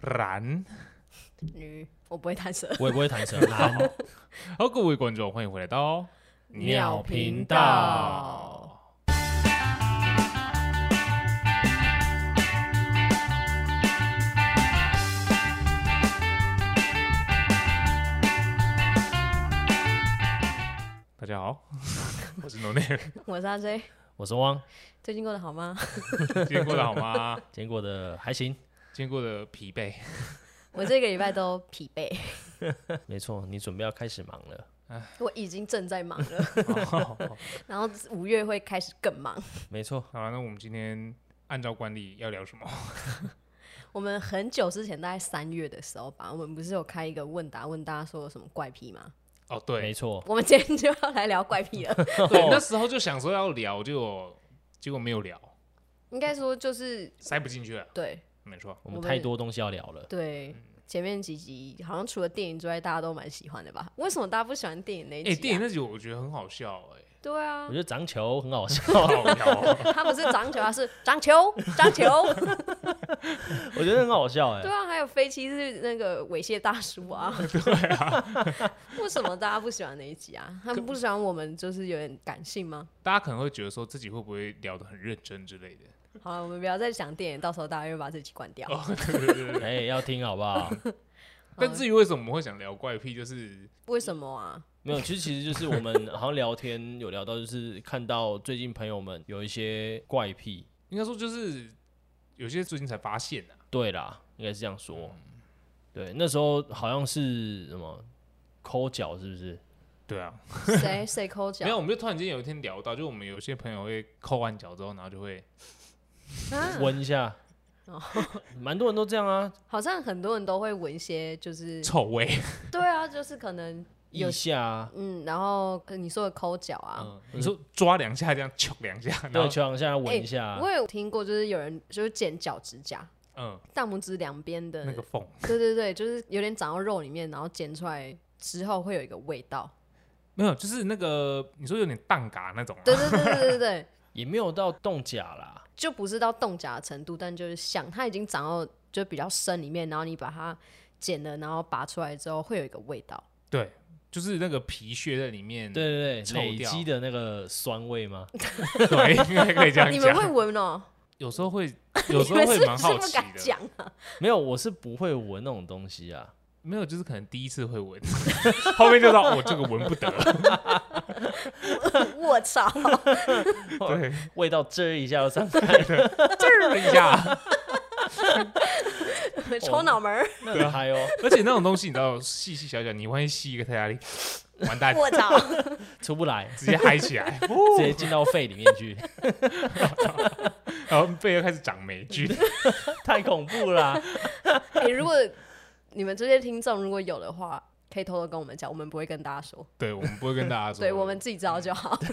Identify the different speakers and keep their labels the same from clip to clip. Speaker 1: 然，
Speaker 2: 女，我不会弹舌。
Speaker 3: 我也不会弹舌。
Speaker 1: 好，好，各位观众，欢迎回来到
Speaker 3: 鸟频
Speaker 2: 道。
Speaker 1: 大家好， 我是 No Name，
Speaker 2: 我是阿 J，
Speaker 3: 我是汪，
Speaker 2: 最近过得好吗？
Speaker 1: 今天过得好吗？
Speaker 3: 今天过得还行。
Speaker 1: 今天过得疲惫，
Speaker 2: 我这个礼拜都疲惫，
Speaker 3: 没错，你准备要开始忙了。
Speaker 2: 我已经正在忙了，
Speaker 1: 好，
Speaker 2: 然后五月会开始更忙。
Speaker 3: 没错，
Speaker 1: 好了，那我们今天按照惯例要聊什么？
Speaker 2: 我们很久之前，大概三月的时候吧，我们不是有开一个问答，问大家说有什么怪癖吗？
Speaker 1: 哦，
Speaker 3: 没
Speaker 1: 对，
Speaker 3: 错。
Speaker 2: 我们今天就要来聊怪癖了。
Speaker 1: 对，那时候就想说要聊，结果结果没有聊，
Speaker 2: 应该说就是
Speaker 1: 塞不进去了，
Speaker 2: 对
Speaker 1: 没错，
Speaker 3: 我
Speaker 2: 我
Speaker 3: 们
Speaker 2: 们
Speaker 3: 太多东西要聊了。
Speaker 2: 对，前面几集好像除了电影之外，大家都蛮喜欢的吧？为什么大家不喜欢电影那一集、
Speaker 1: 哎，
Speaker 2: 啊？
Speaker 1: 电影那集我觉得很好笑，哎，
Speaker 2: 对啊
Speaker 3: 我觉，得长球很好笑，
Speaker 1: 好好聊哦，
Speaker 2: 他不是长球，他是长球，长球。
Speaker 3: 我觉得很好 笑哎、
Speaker 2: 对啊，还有飞机是那个猥亵大叔啊。对啊， 为什么大家不喜欢那一集啊？他们不喜欢我们就是有点感性吗？
Speaker 1: 大家可能会觉得说自己会不会聊得很认真之类的，
Speaker 2: 好了，我们不要再讲电影，到时候大家又把这集关掉。
Speaker 1: 哦， 对对对对。
Speaker 3: 哎、要听好不好？
Speaker 1: 但至于为什么我们会想聊怪癖，就是
Speaker 2: 为什么 啊？
Speaker 3: 没有，其实其实就是我们好像聊天有聊到，就是看到最近朋友们有一些怪癖。
Speaker 1: 应该说就是有些最近才发现啊，
Speaker 3: 对啦，应该是这样说。对，那时候好像是什么抠脚，是不是？
Speaker 1: 对啊，
Speaker 2: 谁谁抠脚？
Speaker 1: 没有，我们就突然间有一天聊到，就我们有些朋友会抠完脚之后，然后就会
Speaker 2: 啊
Speaker 3: 闻一下
Speaker 2: 哦，
Speaker 3: 蛮多人都这样啊，
Speaker 2: 好像很多人都会闻一些， 就是
Speaker 1: 臭 味，
Speaker 2: 对啊，就是可能有
Speaker 3: 腋下啊，
Speaker 2: 嗯，然后呃你说的抠脚啊，
Speaker 1: 嗯，你说抓两下这样揪两下，然
Speaker 3: 对，
Speaker 1: 后
Speaker 3: 球往下闻一下啊、
Speaker 2: 哎我有听过，就是有人就是剪脚趾甲，
Speaker 1: 嗯
Speaker 2: 大拇指两边的
Speaker 1: 那个缝，
Speaker 2: 对对对，就是有点长到肉里面，然后剪出来之后会有一个味道。
Speaker 1: 没有，就是那个你说有点蛋嘎那种啊，
Speaker 2: 对对对对对对，
Speaker 3: 也没有到冻甲啦。
Speaker 2: 就不是到冻甲的程度，但就是像它已经长到就比较深里面，然后你把它剪了，然后拔出来之后会有一个味道。
Speaker 1: 对，就是那个皮屑在里面，
Speaker 3: 对对
Speaker 1: 嗯臭
Speaker 3: 对，累
Speaker 1: 掉
Speaker 3: 积的那个酸味吗？
Speaker 1: 对，应该可以这样
Speaker 2: 你们会
Speaker 1: 讲，
Speaker 2: 闻哦、
Speaker 1: 有时候 会，有时候
Speaker 2: 你们
Speaker 1: 会
Speaker 2: 是
Speaker 1: 蛮
Speaker 2: 不
Speaker 1: 好
Speaker 2: 是
Speaker 1: 奇
Speaker 2: 不敢
Speaker 1: 的，
Speaker 2: 讲 啊？
Speaker 3: 没有，我是不会闻那种东西啊。
Speaker 1: 没有，就是可能第一次会闻， 后面就到我这个闻不 得，
Speaker 2: 我操！
Speaker 1: 对，
Speaker 3: 味道遮一下 就上
Speaker 1: 啊
Speaker 3: 来，
Speaker 1: 这一下。
Speaker 2: 抽脑门儿，
Speaker 3: 那很嗨哦，
Speaker 1: 而且那种东西，你知道，细细小小，你万一吸一个在哪里，完蛋，
Speaker 2: 我操！
Speaker 3: 出不来，
Speaker 1: 直接嗨起来，
Speaker 3: 直接进到肺里面 去，
Speaker 1: 然后背又开始长霉菌。
Speaker 3: 太恐怖啦、
Speaker 2: 哎、如果你们这些听众如果有的话，可以偷偷跟我们讲，我们不会跟大家说，
Speaker 1: 对，我们不会跟大家说。
Speaker 2: 对我们。自己知道就好。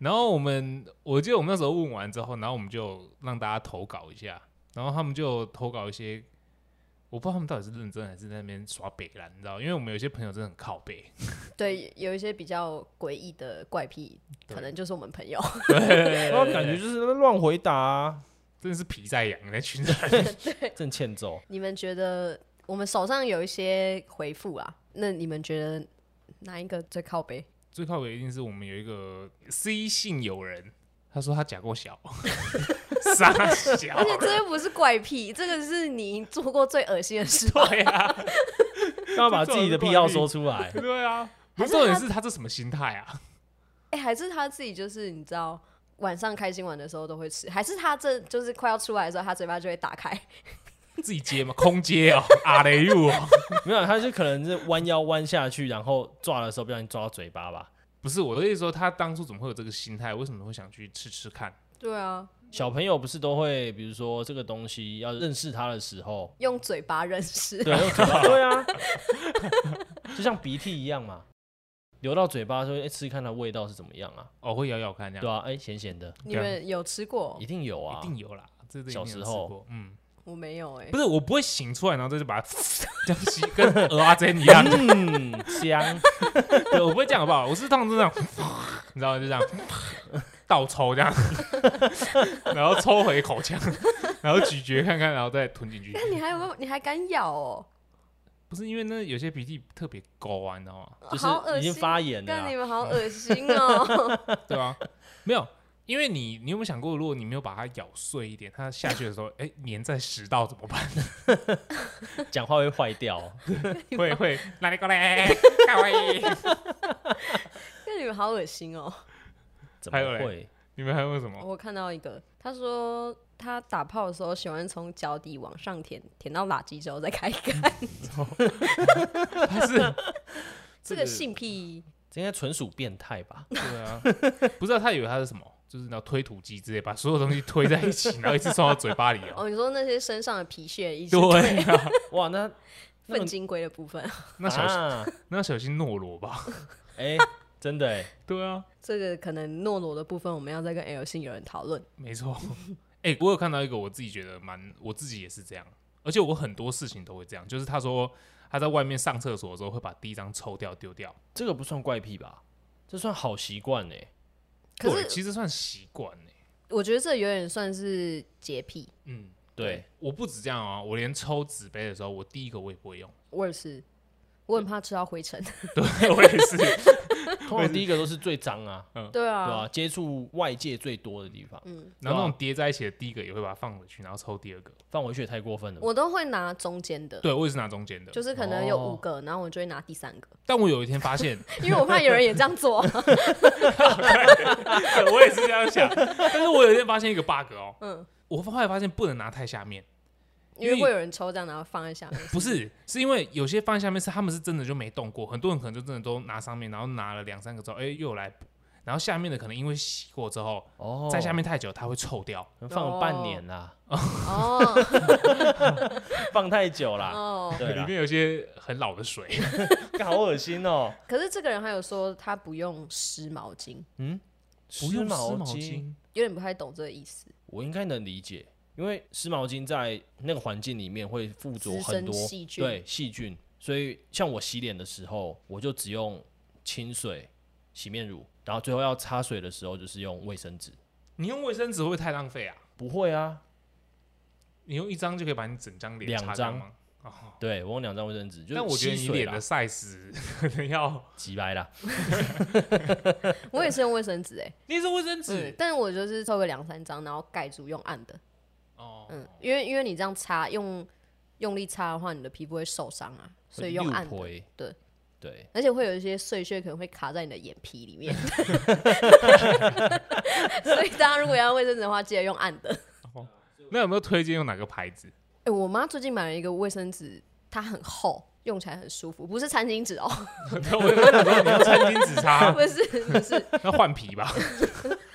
Speaker 1: 然后我们，我记得我们那时候问完之后，然后我们就让大家投稿一下，然后他们就投稿一些，我不知道他们到底是认真还是在那边耍北兰，你知道？因为我们有些朋友真的很靠北，
Speaker 2: 对，有一些比较诡异的怪癖，可能就是我们朋友。
Speaker 3: 然后感觉就是乱回答、啊，
Speaker 1: 真的是皮在痒那群人。
Speaker 3: 正欠揍。
Speaker 2: 你们觉得我们手上有一些回复啊？那你们觉得哪一个最靠背？
Speaker 1: 最靠北一定是我们有一个 C 姓友人，他说他假过小， 傻小
Speaker 2: 而，且这又不是怪癖，这个是你做过最恶心的事 吧。
Speaker 1: 对呀、啊。
Speaker 3: 要把自己的癖好说出来，
Speaker 1: 对啊，不
Speaker 2: 还是
Speaker 1: 是重点
Speaker 2: 他
Speaker 1: 是他这什么心态啊？
Speaker 2: 哎、还是他自己就是你知道，晚上开心玩的时候都会吃，还是他这就是快要出来的时候，他嘴巴就会打开。
Speaker 1: 自己接吗？空接哦，阿雷入哦，
Speaker 3: 没有，啊他就可能是弯腰弯下去，然后抓的时候不小心抓到嘴巴吧。
Speaker 1: 不是我的意思说，他当初怎么会有这个心态？为什么会想去吃吃看？
Speaker 2: 对啊，
Speaker 3: 小朋友不是都会，比如说这个东西要认识它的 时候，
Speaker 2: 用嘴巴认识。
Speaker 3: 对，用嘴巴， 对啊，就像鼻涕一样嘛，流到嘴巴说，哎、吃看它味道是怎么样啊？
Speaker 1: 哦，会咬咬看这
Speaker 3: 对
Speaker 1: 样，哦
Speaker 3: 啊，哎、咸咸的，
Speaker 2: 你们有吃过
Speaker 3: 一？定有啊，
Speaker 1: 一定有啦。这这一定有
Speaker 3: 小时
Speaker 1: 吃
Speaker 3: 候
Speaker 1: 过，嗯，
Speaker 2: 我没有哎、
Speaker 1: 不是，我不会醒出来，然后再去把它 这样吸，跟鹅阿珍一样，
Speaker 3: 嗯，香，
Speaker 1: 对，我不会这样好不好？我是当时这样， 你知 道，就这样倒抽这样，然后抽回口腔， 然后咀嚼看看，然后再吞进去。
Speaker 2: 但你还有没有你还敢咬哦？
Speaker 1: 不是因为那有些鼻涕特别勾啊，你知道吗？
Speaker 3: 就是
Speaker 2: 好恶
Speaker 3: 已经
Speaker 2: 心！
Speaker 3: 发炎了
Speaker 2: 但你
Speaker 3: 啊。
Speaker 2: 们好恶心哦！
Speaker 1: 对啊，没有，因为你你有没有想过，如果你没有把它咬碎一点，它下去的时候，哎、粘在食道怎么办？
Speaker 3: 讲话会坏掉哦，
Speaker 1: 会会，哪里过来？ 卡哇伊。
Speaker 2: 但你们好恶心哦！
Speaker 3: 怎
Speaker 1: 还有
Speaker 3: 么
Speaker 1: 嘞
Speaker 3: 会？
Speaker 1: 你们还有什么？
Speaker 2: 我看到一个，他说他打炮的时候喜欢从脚底往上舔，舔到垃圾之后再开干。
Speaker 1: 它是
Speaker 2: 这个性癖
Speaker 3: 这应该纯属变态 吧？
Speaker 1: 对啊，不知道他以为他是什么，就是那推土机之类，把所有东西推在一起，然后一次送到嘴巴里哦。
Speaker 2: 哦，你说那些身上的皮屑一起
Speaker 1: 对啊，
Speaker 3: 哇，那那
Speaker 2: 粪
Speaker 3: 么
Speaker 2: 金龟的部分，
Speaker 1: 那小心
Speaker 3: 啊，
Speaker 1: 那小心诺罗吧。
Speaker 3: 哎，真的哎，
Speaker 1: 对啊，
Speaker 2: 这个可能诺罗的部分，我们要再跟 L 性有人讨论。
Speaker 1: 没错。哎，我有看到一个，我自己觉得蛮，我自己也是这样，而且我很多事情都会这样，就是他说他在外面上厕所的时候会把第一张抽掉丢掉，
Speaker 3: 这个不算怪癖吧？这算好习惯哎。
Speaker 2: 可
Speaker 1: 对，
Speaker 2: 是
Speaker 1: 其实算习惯呢。
Speaker 2: 我觉得这有点算是洁癖，
Speaker 1: 嗯，
Speaker 3: 对，，
Speaker 1: 我不止这样啊，我连抽纸杯的时候，我第一个我也不会用，
Speaker 2: 我也是，我很怕吃到灰尘。
Speaker 1: 对 我也是。
Speaker 3: 通常第一个都是最 脏啊，
Speaker 2: 对
Speaker 3: 对
Speaker 2: 啊，
Speaker 3: 吧？接触外界最多的地方，
Speaker 1: 然后那种叠在一起的第一个也会把它放回去，然后抽第二个。
Speaker 3: 放回去也太过分了吧。
Speaker 2: 我都会拿中间的，
Speaker 1: 对，我也是拿中间的。
Speaker 2: 就是可能有
Speaker 3: 哦
Speaker 2: 五个，然后我就会拿第三个，
Speaker 1: 但我有一天发 现，
Speaker 2: 因为我怕有人也这样做。
Speaker 1: 我也是这样想，但是我有一天发现一个 bug 哦，嗯，我后来发现不能拿太下面，
Speaker 2: 因为会有人抽这样，然后放在下 面。
Speaker 1: 不是，是因为有些放在下面是他们是真的就没动过，很多人可能就真的都拿上面，然后拿了两三个之后，哎、又来补，然后下面的可能因为洗过之后，
Speaker 3: 哦
Speaker 1: 在下面太久它会臭掉，
Speaker 3: 放了半年啦，
Speaker 2: 哦
Speaker 3: 放太久啦，
Speaker 2: 哦，
Speaker 3: 对
Speaker 1: 里
Speaker 3: 啦，
Speaker 1: 面有些很老的 水，
Speaker 3: 干好恶心哦。
Speaker 2: 可是这个人还有说他不用湿毛巾，
Speaker 3: 不用湿毛巾，
Speaker 2: 有点不太懂这个意思，
Speaker 3: 我应该能理解，因为湿毛巾在那个环境里面会附着
Speaker 2: 滋
Speaker 3: 很
Speaker 2: 生
Speaker 3: 多
Speaker 2: 细菌。
Speaker 3: 对细菌，所以像我洗脸的时候，我就只用清水、洗面乳，然后最后要擦水的时候就是用卫生纸。
Speaker 1: 你用卫生纸会不会太浪费啊？
Speaker 3: 不会啊，
Speaker 1: 你用一张就可以把你整张脸
Speaker 3: 两
Speaker 1: 擦掉
Speaker 3: 张
Speaker 1: 吗？哦
Speaker 3: 对我用两张卫生纸，就是
Speaker 1: 但我觉得
Speaker 3: 吸
Speaker 1: 你
Speaker 3: 水
Speaker 1: 脸
Speaker 3: 啦
Speaker 1: 的 size 可能要，
Speaker 3: 挤白啦，
Speaker 2: 我也是用卫生纸哎、
Speaker 1: 你是卫生
Speaker 2: 嗯
Speaker 1: 纸，
Speaker 2: 但是我就是抽个两三张，然后盖住用按的，
Speaker 1: 哦，
Speaker 2: 嗯，因为因为你这样擦用用力擦的话，你的皮肤会受伤啊，所以用按的，
Speaker 3: 六婆
Speaker 2: 对
Speaker 3: 对，
Speaker 2: 而且会有一些碎屑可能会卡在你的眼皮里 面，所以大家如果要用卫生纸的话，记得用按的。
Speaker 1: 那有没有推荐用哪个牌 子？
Speaker 2: 哎、我妈最近买了一个卫生纸，它很厚，用起来很舒服，不是餐巾纸 哦，
Speaker 1: 我就想说你用餐巾纸擦
Speaker 2: 不，是不是，
Speaker 1: 要换皮 吧？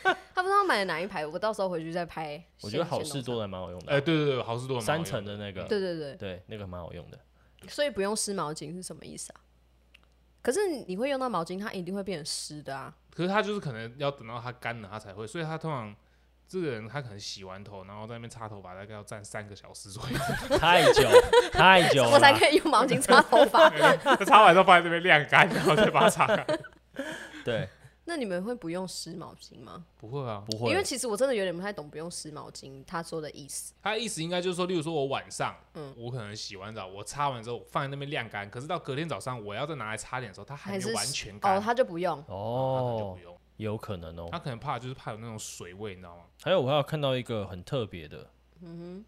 Speaker 2: 她不知道买了哪一排，我到时候回去再拍。
Speaker 3: 我觉得好事
Speaker 2: 先动
Speaker 3: 做的还蛮好用的，啊
Speaker 1: 哎，对对对，好事多蛮好
Speaker 3: 三
Speaker 1: 用
Speaker 3: 层的那个，
Speaker 2: 对对对，
Speaker 3: 对，那个蛮好用的。
Speaker 2: 所以不用湿毛巾是什么意思啊？可是你会用到毛巾，它一定会变成湿的啊。
Speaker 1: 可是他就是可能要等到他干了，他才会，所以他通常这个人他可能洗完头，然后在那边擦头发，大概要站三个小时左右，
Speaker 3: 太久 太久了
Speaker 2: 我才
Speaker 3: 啦，
Speaker 2: 可以用毛巾擦头 发。
Speaker 1: 他擦完之后放在这边晾干，然后再把它擦干。
Speaker 3: 对，
Speaker 2: 那你们会不用湿毛巾吗？
Speaker 1: 不会啊，
Speaker 3: 不
Speaker 2: 因为
Speaker 3: 会，
Speaker 2: 其实我真的有点不太懂不用湿毛巾他说的意思。
Speaker 1: 他的意思应该就是说，例如说我晚上，
Speaker 2: 嗯
Speaker 1: 我可能洗完澡，我擦完之后放在那边晾干，可是到隔天早上我要再拿来擦脸的时候，它还没
Speaker 2: 还是
Speaker 1: 有完全干，
Speaker 2: 哦，他就不用。
Speaker 1: 啊那他就
Speaker 3: 哦
Speaker 1: 不，用，
Speaker 3: 有可能哦。
Speaker 1: 他可能怕就是怕有那种水味，你知道吗？
Speaker 3: 还有我还有看到一个很特别的，嗯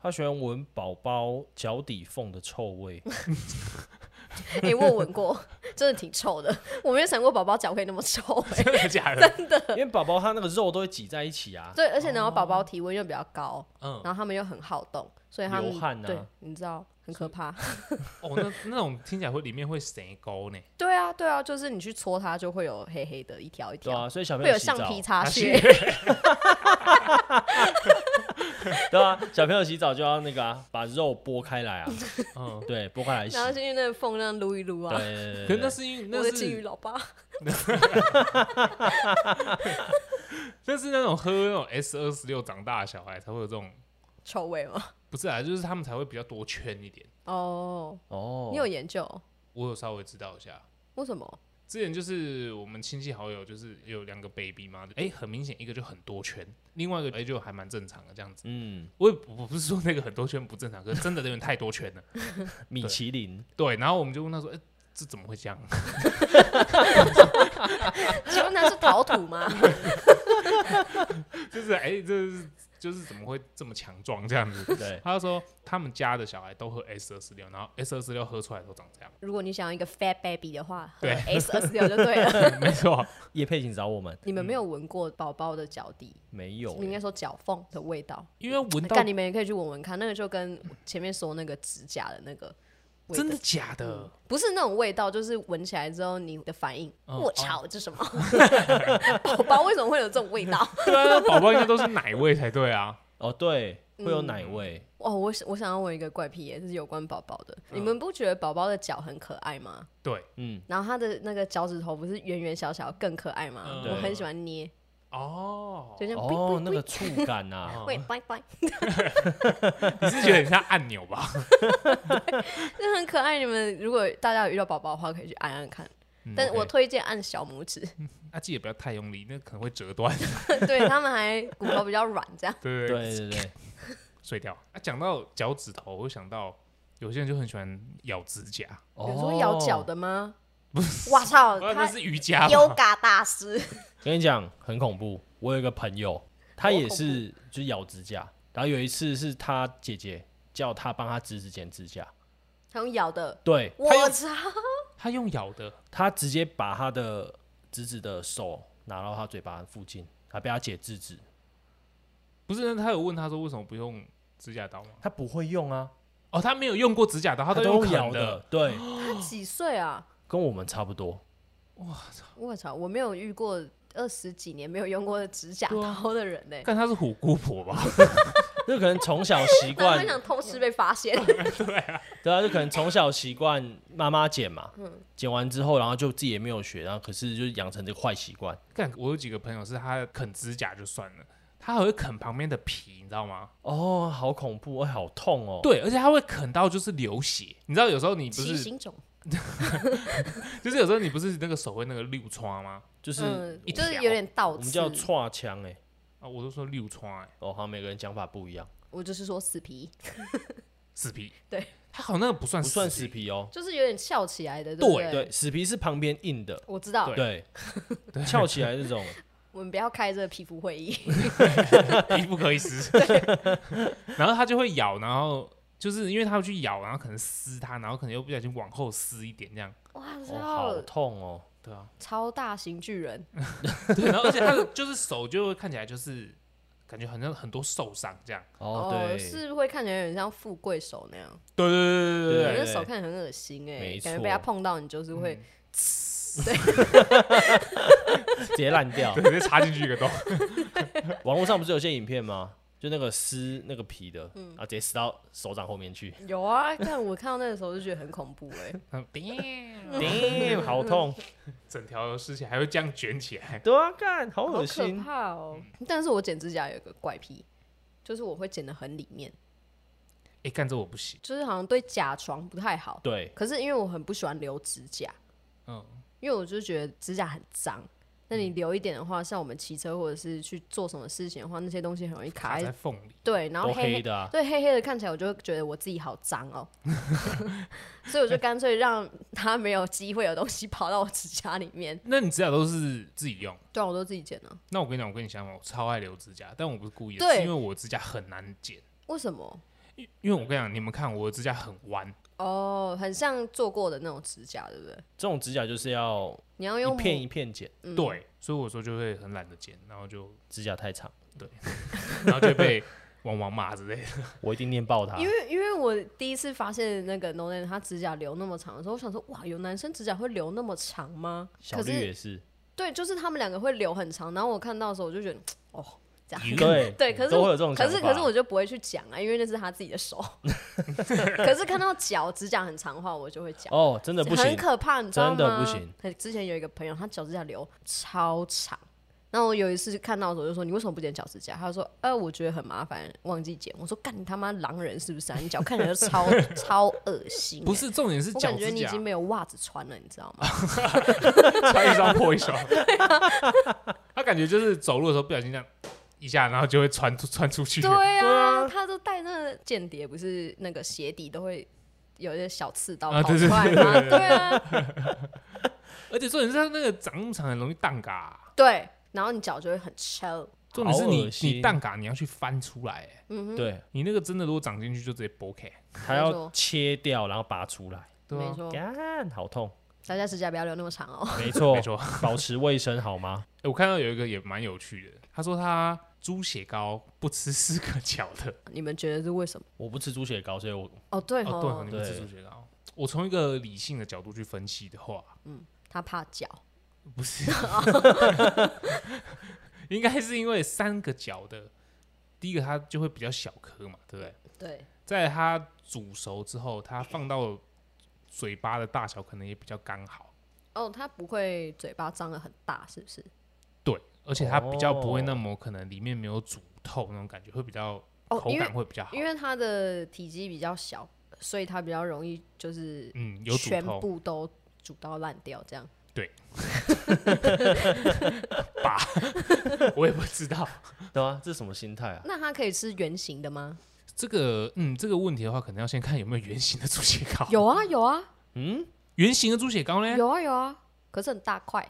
Speaker 3: 他喜欢闻宝宝脚底缝的臭味，
Speaker 2: 哎、我有闻过，真的挺臭的。 我没有想过宝宝脚可以那么臭、 欸。
Speaker 1: 真的假的？
Speaker 3: 因为宝宝他那个肉都会挤在一 起啊，
Speaker 2: 对，而且然后宝宝体温又比较高，
Speaker 1: 嗯，
Speaker 2: 然后他们又很好动，所以他们
Speaker 3: 哦流汗啊
Speaker 2: 对，你知道很可怕。
Speaker 1: 哦，那那种听起来会里面会谁沟呢？
Speaker 2: 对啊，对啊，就是你去搓它就会有黑黑的一条一
Speaker 3: 对
Speaker 2: 条，
Speaker 3: 啊，所以小朋
Speaker 2: 会
Speaker 3: 友
Speaker 2: 有
Speaker 3: 洗澡
Speaker 2: 橡，皮擦
Speaker 1: 它
Speaker 2: 屑。
Speaker 3: 对啊，小朋友洗澡就要那个啊，把肉剥开 来啊，
Speaker 1: 嗯，
Speaker 3: 对，剥开来洗
Speaker 2: 然，后进去那个缝那样撸一撸啊。
Speaker 3: 对对对
Speaker 1: 可是
Speaker 3: 对
Speaker 1: 那
Speaker 3: 对，
Speaker 1: 是因为
Speaker 2: 我的
Speaker 1: 那
Speaker 2: 金鱼
Speaker 1: 是
Speaker 2: 老爸，
Speaker 1: 那是那种喝那种 S 二十六长大的小孩才会有这种，
Speaker 2: 臭味吗？
Speaker 1: 不是啊，就是他们才会比较多圈一点。
Speaker 2: 哦，
Speaker 3: 哦，
Speaker 2: 你有研究？
Speaker 1: 我有稍微知道一下，
Speaker 2: 为什么？
Speaker 1: 之前就是我们亲戚好友，就是有两个 baby 嘛，哎、很明显一个就很多圈，另外一个哎、就还蛮正常的这样子。
Speaker 3: 嗯，
Speaker 1: 我也我不是说那个很多圈不正常，可是真的有点太多圈了。
Speaker 3: 米其林，
Speaker 1: 对，然后我们就问他说，哎、这怎么会这样？
Speaker 2: 请问他是陶土吗？
Speaker 1: 就是哎、这是就是怎么会这么强壮这样子？
Speaker 3: 对，
Speaker 1: 他就说他们家的小孩都喝 S 二十六，然后 S 二十六喝出来都长这样。
Speaker 2: 如果你想要一个 fat baby 的话，喝
Speaker 1: 对
Speaker 2: S 二十六就对 了。
Speaker 1: 没错，
Speaker 3: 叶佩请找我们，
Speaker 2: 你们没有闻过宝宝的脚底，
Speaker 3: 没有
Speaker 2: 应该
Speaker 3: 欸，
Speaker 2: 说脚缝的味道。哎
Speaker 1: 因为闻到
Speaker 2: 但你们也可以去闻闻看，那个就跟前面说那个指甲的那个味道
Speaker 1: 真的假的？
Speaker 2: 不是那种味道，就是闻起来之后你的反应，
Speaker 1: 嗯
Speaker 2: 我操，这什么？ 宝宝为什么会有这种味道？
Speaker 1: 对啊，宝宝应该都是奶味才对啊。
Speaker 3: 哦，对，会有奶味，
Speaker 2: 哦，我想我想要问一个怪癖耶，就是有关宝宝的。
Speaker 1: 嗯
Speaker 2: 你们不觉得宝宝的脚很可爱吗？
Speaker 1: 对，
Speaker 3: 嗯，
Speaker 2: 然后他的那个脚趾头不是圆圆小小更可爱吗？
Speaker 1: 嗯
Speaker 2: 我
Speaker 3: 对
Speaker 2: 很喜欢捏，
Speaker 1: 哦，
Speaker 2: 就像
Speaker 3: 哦，那个触感啊，
Speaker 2: 会拜拜，
Speaker 1: 你是觉得很像按钮吧？
Speaker 2: 那很可爱。你们如果大家有遇到宝宝的话，可以去按按看。 但我
Speaker 1: 嗯 OK
Speaker 2: 推荐按小拇指，
Speaker 1: 啊，记得不要太用力，那可能会折断。
Speaker 2: 对他们还骨头比较软，这样。
Speaker 1: 对
Speaker 3: 对
Speaker 1: 对，
Speaker 3: 对对，
Speaker 1: 碎掉。啊，讲到脚趾头，我想到有些人就很喜欢咬指甲，
Speaker 2: 有说咬脚，的吗？
Speaker 1: 哦不
Speaker 2: 是，哇操，
Speaker 1: 啊，那
Speaker 2: 哦他
Speaker 1: 是瑜伽
Speaker 2: 优
Speaker 1: 吧？
Speaker 2: 嘎大师，
Speaker 3: 跟你讲很恐怖，我有一个朋友，他也是就是咬指甲，然后有一次是他姐姐叫他帮他指指剪指甲，
Speaker 2: 他用咬的，
Speaker 3: 对
Speaker 2: 我
Speaker 1: 他用
Speaker 2: 操，
Speaker 1: 他用咬的，
Speaker 3: 他直接把他的侄子的手拿到他嘴巴附近，还被他姐制止。
Speaker 1: 不是？那他有问他说为什么不用指甲刀吗？
Speaker 3: 他不会用啊，
Speaker 1: 哦，他没有用过指甲刀，他
Speaker 3: 他
Speaker 1: 都
Speaker 3: 都
Speaker 1: 用
Speaker 3: 用咬
Speaker 1: 啃的。，
Speaker 3: 对，
Speaker 2: 他几岁啊？
Speaker 3: 跟我们差 不多。
Speaker 2: 我操，我没有遇过二十几年没有用过指甲刀的人呢、欸。
Speaker 1: 但他是虎姑婆吧？
Speaker 3: 就可能从小习
Speaker 2: 他
Speaker 3: 惯
Speaker 2: 们，想偷吃被发现，
Speaker 3: 对啊，就可能从小习惯妈妈剪嘛，剪完之后，然后就自己也没有学，然后可是就养成这个坏习惯。
Speaker 1: 看我有几个朋友是他啃指甲就算了，他还会啃旁边的皮，你知道吗？
Speaker 3: 哦，好恐怖，哎，好痛哦。
Speaker 1: 对，而且他会啃到就是流血。你知道有时候你不
Speaker 2: 奇
Speaker 1: 是，
Speaker 2: 形种，
Speaker 1: 就是有时候你不是那个手会那个六疮吗？
Speaker 3: 就是
Speaker 2: 嗯，
Speaker 1: 一
Speaker 2: 就
Speaker 1: 条
Speaker 2: 是有点倒
Speaker 3: 我们
Speaker 2: 刺
Speaker 3: 叫。串枪，哎，
Speaker 1: 啊，我都说六疮哎，
Speaker 3: 哦，好像每个人讲法不一样，
Speaker 2: 我就是说死皮，
Speaker 1: 死皮。
Speaker 2: 对，
Speaker 1: 他好像那个不算
Speaker 3: 不算
Speaker 1: 死
Speaker 3: 死皮哦。
Speaker 2: 就是有点翘起来的，对不
Speaker 3: 对对，死皮是旁边硬的，
Speaker 2: 我知道，
Speaker 3: 对， 翘起来 那种。
Speaker 2: 我们不要开这个皮肤会议。
Speaker 1: 皮不可以撕。 然后他就会咬，然后就是因为他会去咬，然后可能撕它，然后可能又不小心往后撕一点这样。
Speaker 2: 哇
Speaker 3: 哦，好
Speaker 2: 操，
Speaker 3: 痛哦！
Speaker 1: 对啊，
Speaker 2: 超大型巨人，
Speaker 1: 对，然后而且他的就是手就会看起来就是感觉好像很多受伤这样。
Speaker 3: 哦，对，
Speaker 2: 是会看起来有点像富贵手那样，
Speaker 1: 对对对对
Speaker 2: 我
Speaker 1: 对
Speaker 2: 那
Speaker 3: 对
Speaker 2: 手看起来很恶心哎，
Speaker 3: 没
Speaker 2: 感觉
Speaker 3: 错
Speaker 2: 被他碰到你就是会
Speaker 3: 直接烂 掉。
Speaker 1: 对，直接插进去一个 洞。
Speaker 3: 网络上不是有些影片吗？就那个撕那个皮的，
Speaker 2: 嗯
Speaker 3: 然后直接撕到手掌后面去。
Speaker 2: 有啊，但我看到那个时候就觉得很恐怖 哎、嗯
Speaker 1: Damn，
Speaker 3: Damn，好痛！
Speaker 1: 整条尸体还会这样卷起来。
Speaker 3: 对啊，干，好
Speaker 2: 好
Speaker 3: 恶
Speaker 2: 可
Speaker 3: 心。
Speaker 2: 怕哦！但是我剪指甲有个怪癖，就是我会剪得很里面，
Speaker 1: 哎，干这我不行。
Speaker 2: 就是好像对甲床不太好。
Speaker 3: 对，
Speaker 2: 可是因为我很不喜欢留指甲，
Speaker 1: 嗯，
Speaker 2: 因为我就觉得指甲很脏。那你留一点的话，像我们骑车或者是去做什么事情的话，那些东西很容易卡
Speaker 1: 卡在
Speaker 2: 在
Speaker 1: 缝里。
Speaker 2: 对，然后
Speaker 3: 都
Speaker 2: 黑
Speaker 3: 黑的啊。
Speaker 2: 对黑黑的看起来，我就觉得我自己好脏哦，所以我就干脆让它没有机会有东西跑到我指甲里面。
Speaker 1: 那你指甲都是自己用？
Speaker 2: 对啊，我都自己剪了。
Speaker 1: 那我跟你讲，我跟你相反，我超爱留指甲，但我不是故意的，
Speaker 2: 对
Speaker 1: 是因为我指甲很难剪。
Speaker 2: 为什么？
Speaker 1: 因因为我跟你讲，你们看我的指甲很弯，
Speaker 2: 哦、很像做过的那种指甲，对不对？
Speaker 3: 这种指甲就是要
Speaker 2: 你要用
Speaker 3: 一片
Speaker 2: 抹
Speaker 3: 一片剪，
Speaker 1: 对，所以我说就会很懒得剪，然后就
Speaker 3: 指甲太长，
Speaker 1: 然后就被 王王骂之类的。
Speaker 3: 我一定念爆它
Speaker 2: 因。为因为我第一次发现那个 No n a m 他指甲留那么长的时候，我想说哇，有男生指甲会留那么长吗？
Speaker 3: 小
Speaker 2: 可
Speaker 3: 绿
Speaker 2: 是
Speaker 3: 也是，
Speaker 2: 对，就是他们两个会留很长。然后我看到的时候，我就觉得哦，这样。
Speaker 3: 对
Speaker 2: 对，可是
Speaker 3: 都会
Speaker 2: 我
Speaker 3: 有这种
Speaker 2: 可
Speaker 3: 想
Speaker 2: 是
Speaker 3: 法。
Speaker 2: 可是我就不会去讲啊，因为那是他自己的 手。可是看到脚指甲很长的话，我就会讲。
Speaker 3: 哦，真的不
Speaker 2: 很
Speaker 3: 行，
Speaker 2: 可怕，你知道吗？哎
Speaker 3: 真的不行
Speaker 2: 很。之前有一个朋友，他脚指甲留超长，那我有一次看到的时候就说：“你为什么不剪脚趾甲？”他就说：“呃，我觉得很麻烦，忘记剪。”我说：“干你他妈狼人是不是啊？你脚看起来就超超恶心欸、
Speaker 1: 不是重点是
Speaker 2: 我
Speaker 1: 脚
Speaker 2: 感觉
Speaker 1: 趾
Speaker 2: 你已
Speaker 1: 甲
Speaker 2: 经没有袜子穿了，你知道 吗？
Speaker 1: 穿一双破一双，他感觉就是走路的时候不小心这样一下，然后就会穿出穿出去。
Speaker 2: 对啊，他都带那个间谍，不是那个鞋底都会有一些小刺刀
Speaker 1: 啊
Speaker 2: 跑
Speaker 1: 对对
Speaker 2: 出来
Speaker 1: 对
Speaker 2: 吗？
Speaker 1: 对对
Speaker 2: 对啊，
Speaker 1: 而且重点是他那个长那么长很容易荡嘎、
Speaker 2: 对，然后你脚就会很抽。
Speaker 1: 重点是
Speaker 3: 好
Speaker 1: 你
Speaker 3: 恶心
Speaker 1: 你蛋嘎你要去翻出来、欸
Speaker 2: 嗯哼，
Speaker 3: 对，
Speaker 1: 你那个真的如果长进去就直接剥开，
Speaker 3: 它
Speaker 2: 没
Speaker 3: 要
Speaker 2: 错
Speaker 3: 切掉然后拔出来，
Speaker 1: 对
Speaker 2: 没
Speaker 1: 啊，
Speaker 2: 错，
Speaker 3: 干好 痛，
Speaker 2: 大家指甲不要留那么长哦。
Speaker 3: 没错
Speaker 1: 没，错。
Speaker 3: 保持卫生好吗？
Speaker 1: 欸我看到有一个也蛮有趣的，他说他猪血糕不吃四个角的，
Speaker 2: 你们觉得是为什么？
Speaker 3: 我不吃猪血糕，所以我
Speaker 2: 哦，对
Speaker 1: 哦，对哦，
Speaker 2: 哦
Speaker 1: 你，们吃
Speaker 3: 对
Speaker 1: 猪血糕。我从一个理性的角度去分析的话，
Speaker 2: 他怕脚。
Speaker 1: 不是， 应该是因为三个角的，第一个它就会比较小颗嘛，对不对？
Speaker 2: 对，
Speaker 1: 在它煮熟之后，它放到嘴巴的大小可能也比较刚好，
Speaker 2: 哦，他不会嘴巴张得很大，是不是？
Speaker 1: 对，而且它比较不会
Speaker 3: 哦
Speaker 1: 那么可能里面没有煮透那种感觉，会比较
Speaker 2: 哦
Speaker 1: 口
Speaker 2: 因为
Speaker 1: 感会比较好，
Speaker 2: 因为它的体积比较小，所以它比较容易就是
Speaker 1: 嗯，有煮
Speaker 2: 全
Speaker 1: 透，
Speaker 2: 部都煮到烂掉这样。
Speaker 1: 我也不知道
Speaker 3: 对啊，这是什么心态啊？
Speaker 2: 那它可以吃圆形的吗？
Speaker 1: 这个，嗯，这个问题的话，可能要先看有没有圆形的猪血糕，
Speaker 2: 有啊，有啊，
Speaker 3: 嗯，
Speaker 1: 圆形的猪血糕呢？
Speaker 2: 有啊，有啊，可是很大块，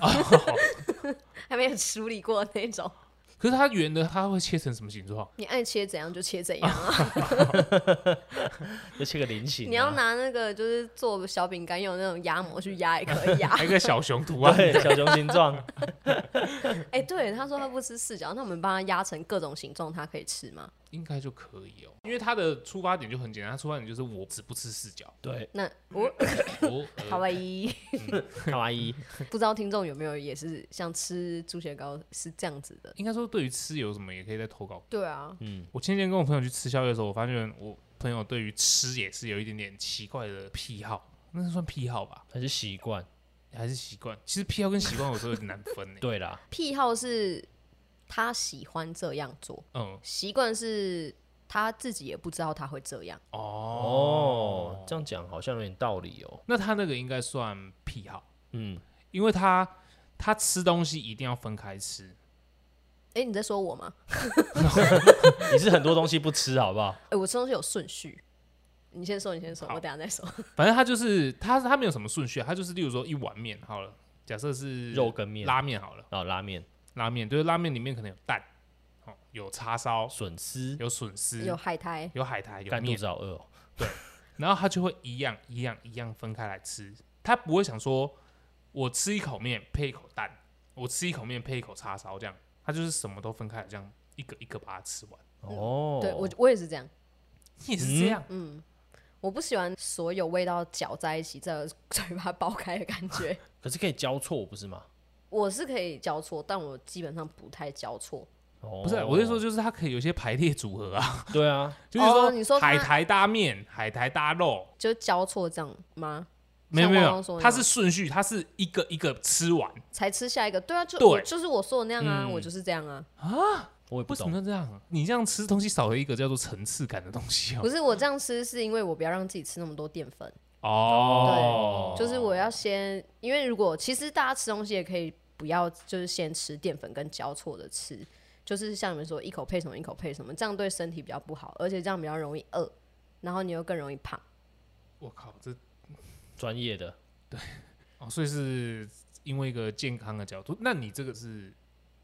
Speaker 1: 哦
Speaker 2: 还没有处理过那种。
Speaker 1: 可是它圆的，它会切成什么形 状？
Speaker 2: 你爱切怎样就切怎样
Speaker 1: 哦
Speaker 2: 啊！
Speaker 3: 就切个菱形啊，
Speaker 2: 你要拿那个就是做小饼干用的那种压模去压也可以啊。
Speaker 1: 还有一个小熊图案，
Speaker 3: 对小熊 形状，
Speaker 2: 哎、对，他说他不吃四角，那我们帮他压成各种形状，他可以吃吗？
Speaker 1: 应该就可以哦，因为它的出发点就很简单，它出发点就是我只不吃四 角，
Speaker 3: 对，
Speaker 2: 那我
Speaker 1: 我、
Speaker 2: 卡
Speaker 1: 呃、
Speaker 2: 哇伊。
Speaker 3: 卡哇伊，
Speaker 2: 不知道听众有没有也是像吃猪血糕是这样子的？
Speaker 1: 应该说对于吃有什么也可以再投稿。
Speaker 2: 对啊，
Speaker 3: 嗯，
Speaker 1: 我前几天跟我朋友去吃宵夜的时候，我发现我朋友对于吃也是有一点点奇怪的癖好，那算癖好吧，
Speaker 3: 还是习惯，
Speaker 1: 还是习惯？其实癖好跟习惯有时候有点难分欸呢。，
Speaker 3: 对啦，
Speaker 2: 癖好是他喜欢这样做，
Speaker 1: 嗯，
Speaker 2: 习惯是他自己也不知道他会这样。
Speaker 1: 哦，
Speaker 3: 哦，这样讲好像有点道理哦，
Speaker 1: 那他那个应该算癖好，
Speaker 3: 嗯，
Speaker 1: 因为他他吃东西一定要分开吃，
Speaker 2: 哎、你在说我吗？
Speaker 3: 你是很多东西不吃好不好？
Speaker 2: 哎、我吃东西有顺序。你先说，你先说，我等下再说。
Speaker 1: 反正他就是他他没有什么顺序啊，他就是例如说一碗面好了，假设 是
Speaker 3: 肉跟面，
Speaker 1: 拉面好了。
Speaker 3: 哦，拉面、
Speaker 1: 拉面，就是拉面里面可能有蛋，哦，有叉烧，
Speaker 3: 笋丝，
Speaker 1: 有笋丝，
Speaker 2: 有海苔，
Speaker 1: 有海苔，有
Speaker 3: 干肚
Speaker 1: 面，
Speaker 3: 子好饿哦，
Speaker 1: 然后他就会一样一样一样分开来吃，他不会想说我吃一口面配一口蛋，我吃一口面配一口叉烧这样，他就是什么都分开来这样一个一个把它吃完，
Speaker 3: 哦，
Speaker 2: 对我我也是这样。
Speaker 1: 也是这
Speaker 3: 嗯
Speaker 1: 样，
Speaker 2: 我不喜欢所有味道搅在一起，在我嘴巴爆开的感觉。
Speaker 3: 可是可以交错不是吗？
Speaker 2: 我是可以交错，但我基本上不太交错。
Speaker 3: 不
Speaker 1: 不是，我是说，就是它可以有一些排列组合啊，
Speaker 3: 哦对啊，
Speaker 1: 就是说,、
Speaker 2: 哦你说它
Speaker 1: 海苔搭面，海苔搭肉，
Speaker 2: 就交错这样吗？
Speaker 1: 没有没
Speaker 2: 像汪汪
Speaker 1: 有，
Speaker 2: 说的
Speaker 1: 它
Speaker 2: 那
Speaker 1: 是顺序，它是一个一个吃完，
Speaker 2: 才吃下一个。对啊，就
Speaker 1: 对嗯
Speaker 2: 我就是我说的那样啊，我就是这样啊。
Speaker 3: 我也不
Speaker 1: 为什么要
Speaker 3: 懂，
Speaker 1: 这样？你这样吃东西少了一个叫做层次感的东西哦
Speaker 2: 不。是我这样吃，是因为我不要让自己吃那么多淀粉，
Speaker 1: 哦，
Speaker 2: 就是我要先，因为如果其实大家吃东西也可以不要，就是先吃淀粉跟交错的吃，就是像你们说一口配什么一口配什么，这样对身体比较不好，而且这样比较容易饿，然后你又更容易胖。
Speaker 1: 我靠，这
Speaker 3: 专业的
Speaker 1: 哦，所以是因为一个健康的角度，那你这个是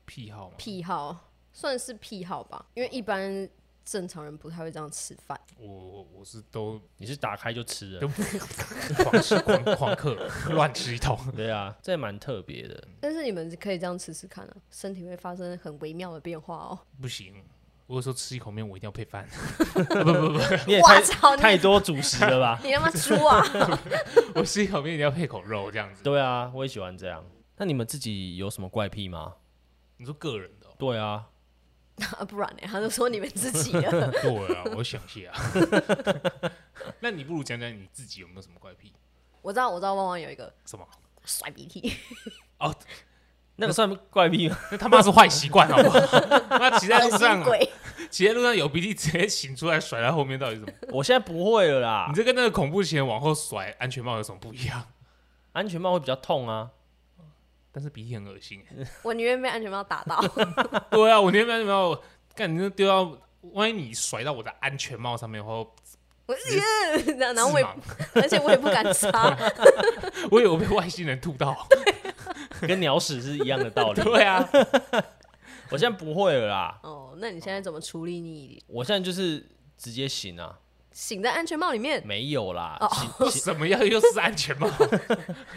Speaker 1: 癖好吗？
Speaker 2: 癖好算是癖好吧，因为一般正常人不太会这样吃饭。
Speaker 1: 我我我是都
Speaker 3: 你是打开就吃了
Speaker 1: 都，狂吃狂狂客，乱吃一通。
Speaker 3: 对啊，这蛮特别的，
Speaker 2: 但是你们可以这样吃吃看啊，身体会发生很微妙的变化哦。
Speaker 1: 不行，我有时候吃一口面，我一定要配饭。 啊不不不，
Speaker 3: 你也
Speaker 2: 哇
Speaker 3: 太
Speaker 2: 操你
Speaker 3: 太多主食了吧？
Speaker 2: 你他妈猪啊！
Speaker 1: 我吃一口面一定要配口肉这样子。
Speaker 3: 对啊，我也喜欢这样。那你们自己有什么怪癖吗？
Speaker 1: 你说个人的、哦？
Speaker 3: 对啊，
Speaker 2: 啊，不然呢？他都说你们自己 的。
Speaker 1: 对啊，我想一下。 那你不如讲讲你自己有没有什么怪癖？
Speaker 2: 我知道，我知道，汪汪有一个
Speaker 1: 什么？
Speaker 2: 甩鼻涕，
Speaker 1: 哦，
Speaker 3: 那个算怪癖吗？
Speaker 1: 那他妈是坏习惯，好不 好？那骑在 路
Speaker 2: 恶心
Speaker 1: 上，啊
Speaker 2: 鬼，
Speaker 1: 骑在路上有鼻涕直接擤出来甩在后面，到底是什么？
Speaker 3: 我现在不会了啦
Speaker 1: 你，这跟那个恐怖情人往后甩安全帽有什么不一样？
Speaker 3: 安全帽会比较痛啊。
Speaker 1: 但是鼻涕很恶心、欸。
Speaker 2: 我宁愿被安全帽打到。
Speaker 1: 对啊，我那天安全帽，干你那丢到，万一你甩到我的安全帽上面后，
Speaker 2: 我
Speaker 1: 直接
Speaker 2: 然
Speaker 1: 致
Speaker 2: 后我也，
Speaker 1: 盲，
Speaker 2: 而且我也不敢擦。
Speaker 1: 我以为我被外星人吐到。
Speaker 3: 跟鸟屎是一样的 道理。
Speaker 1: 对啊，
Speaker 3: 我现在不会了啦，
Speaker 2: 哦，那你现在怎么处理你
Speaker 3: 我现在就是直接醒啊，
Speaker 2: 醒在安全帽里面？
Speaker 3: 没有啦，醒
Speaker 2: 哦
Speaker 1: 为什么要又是安全帽？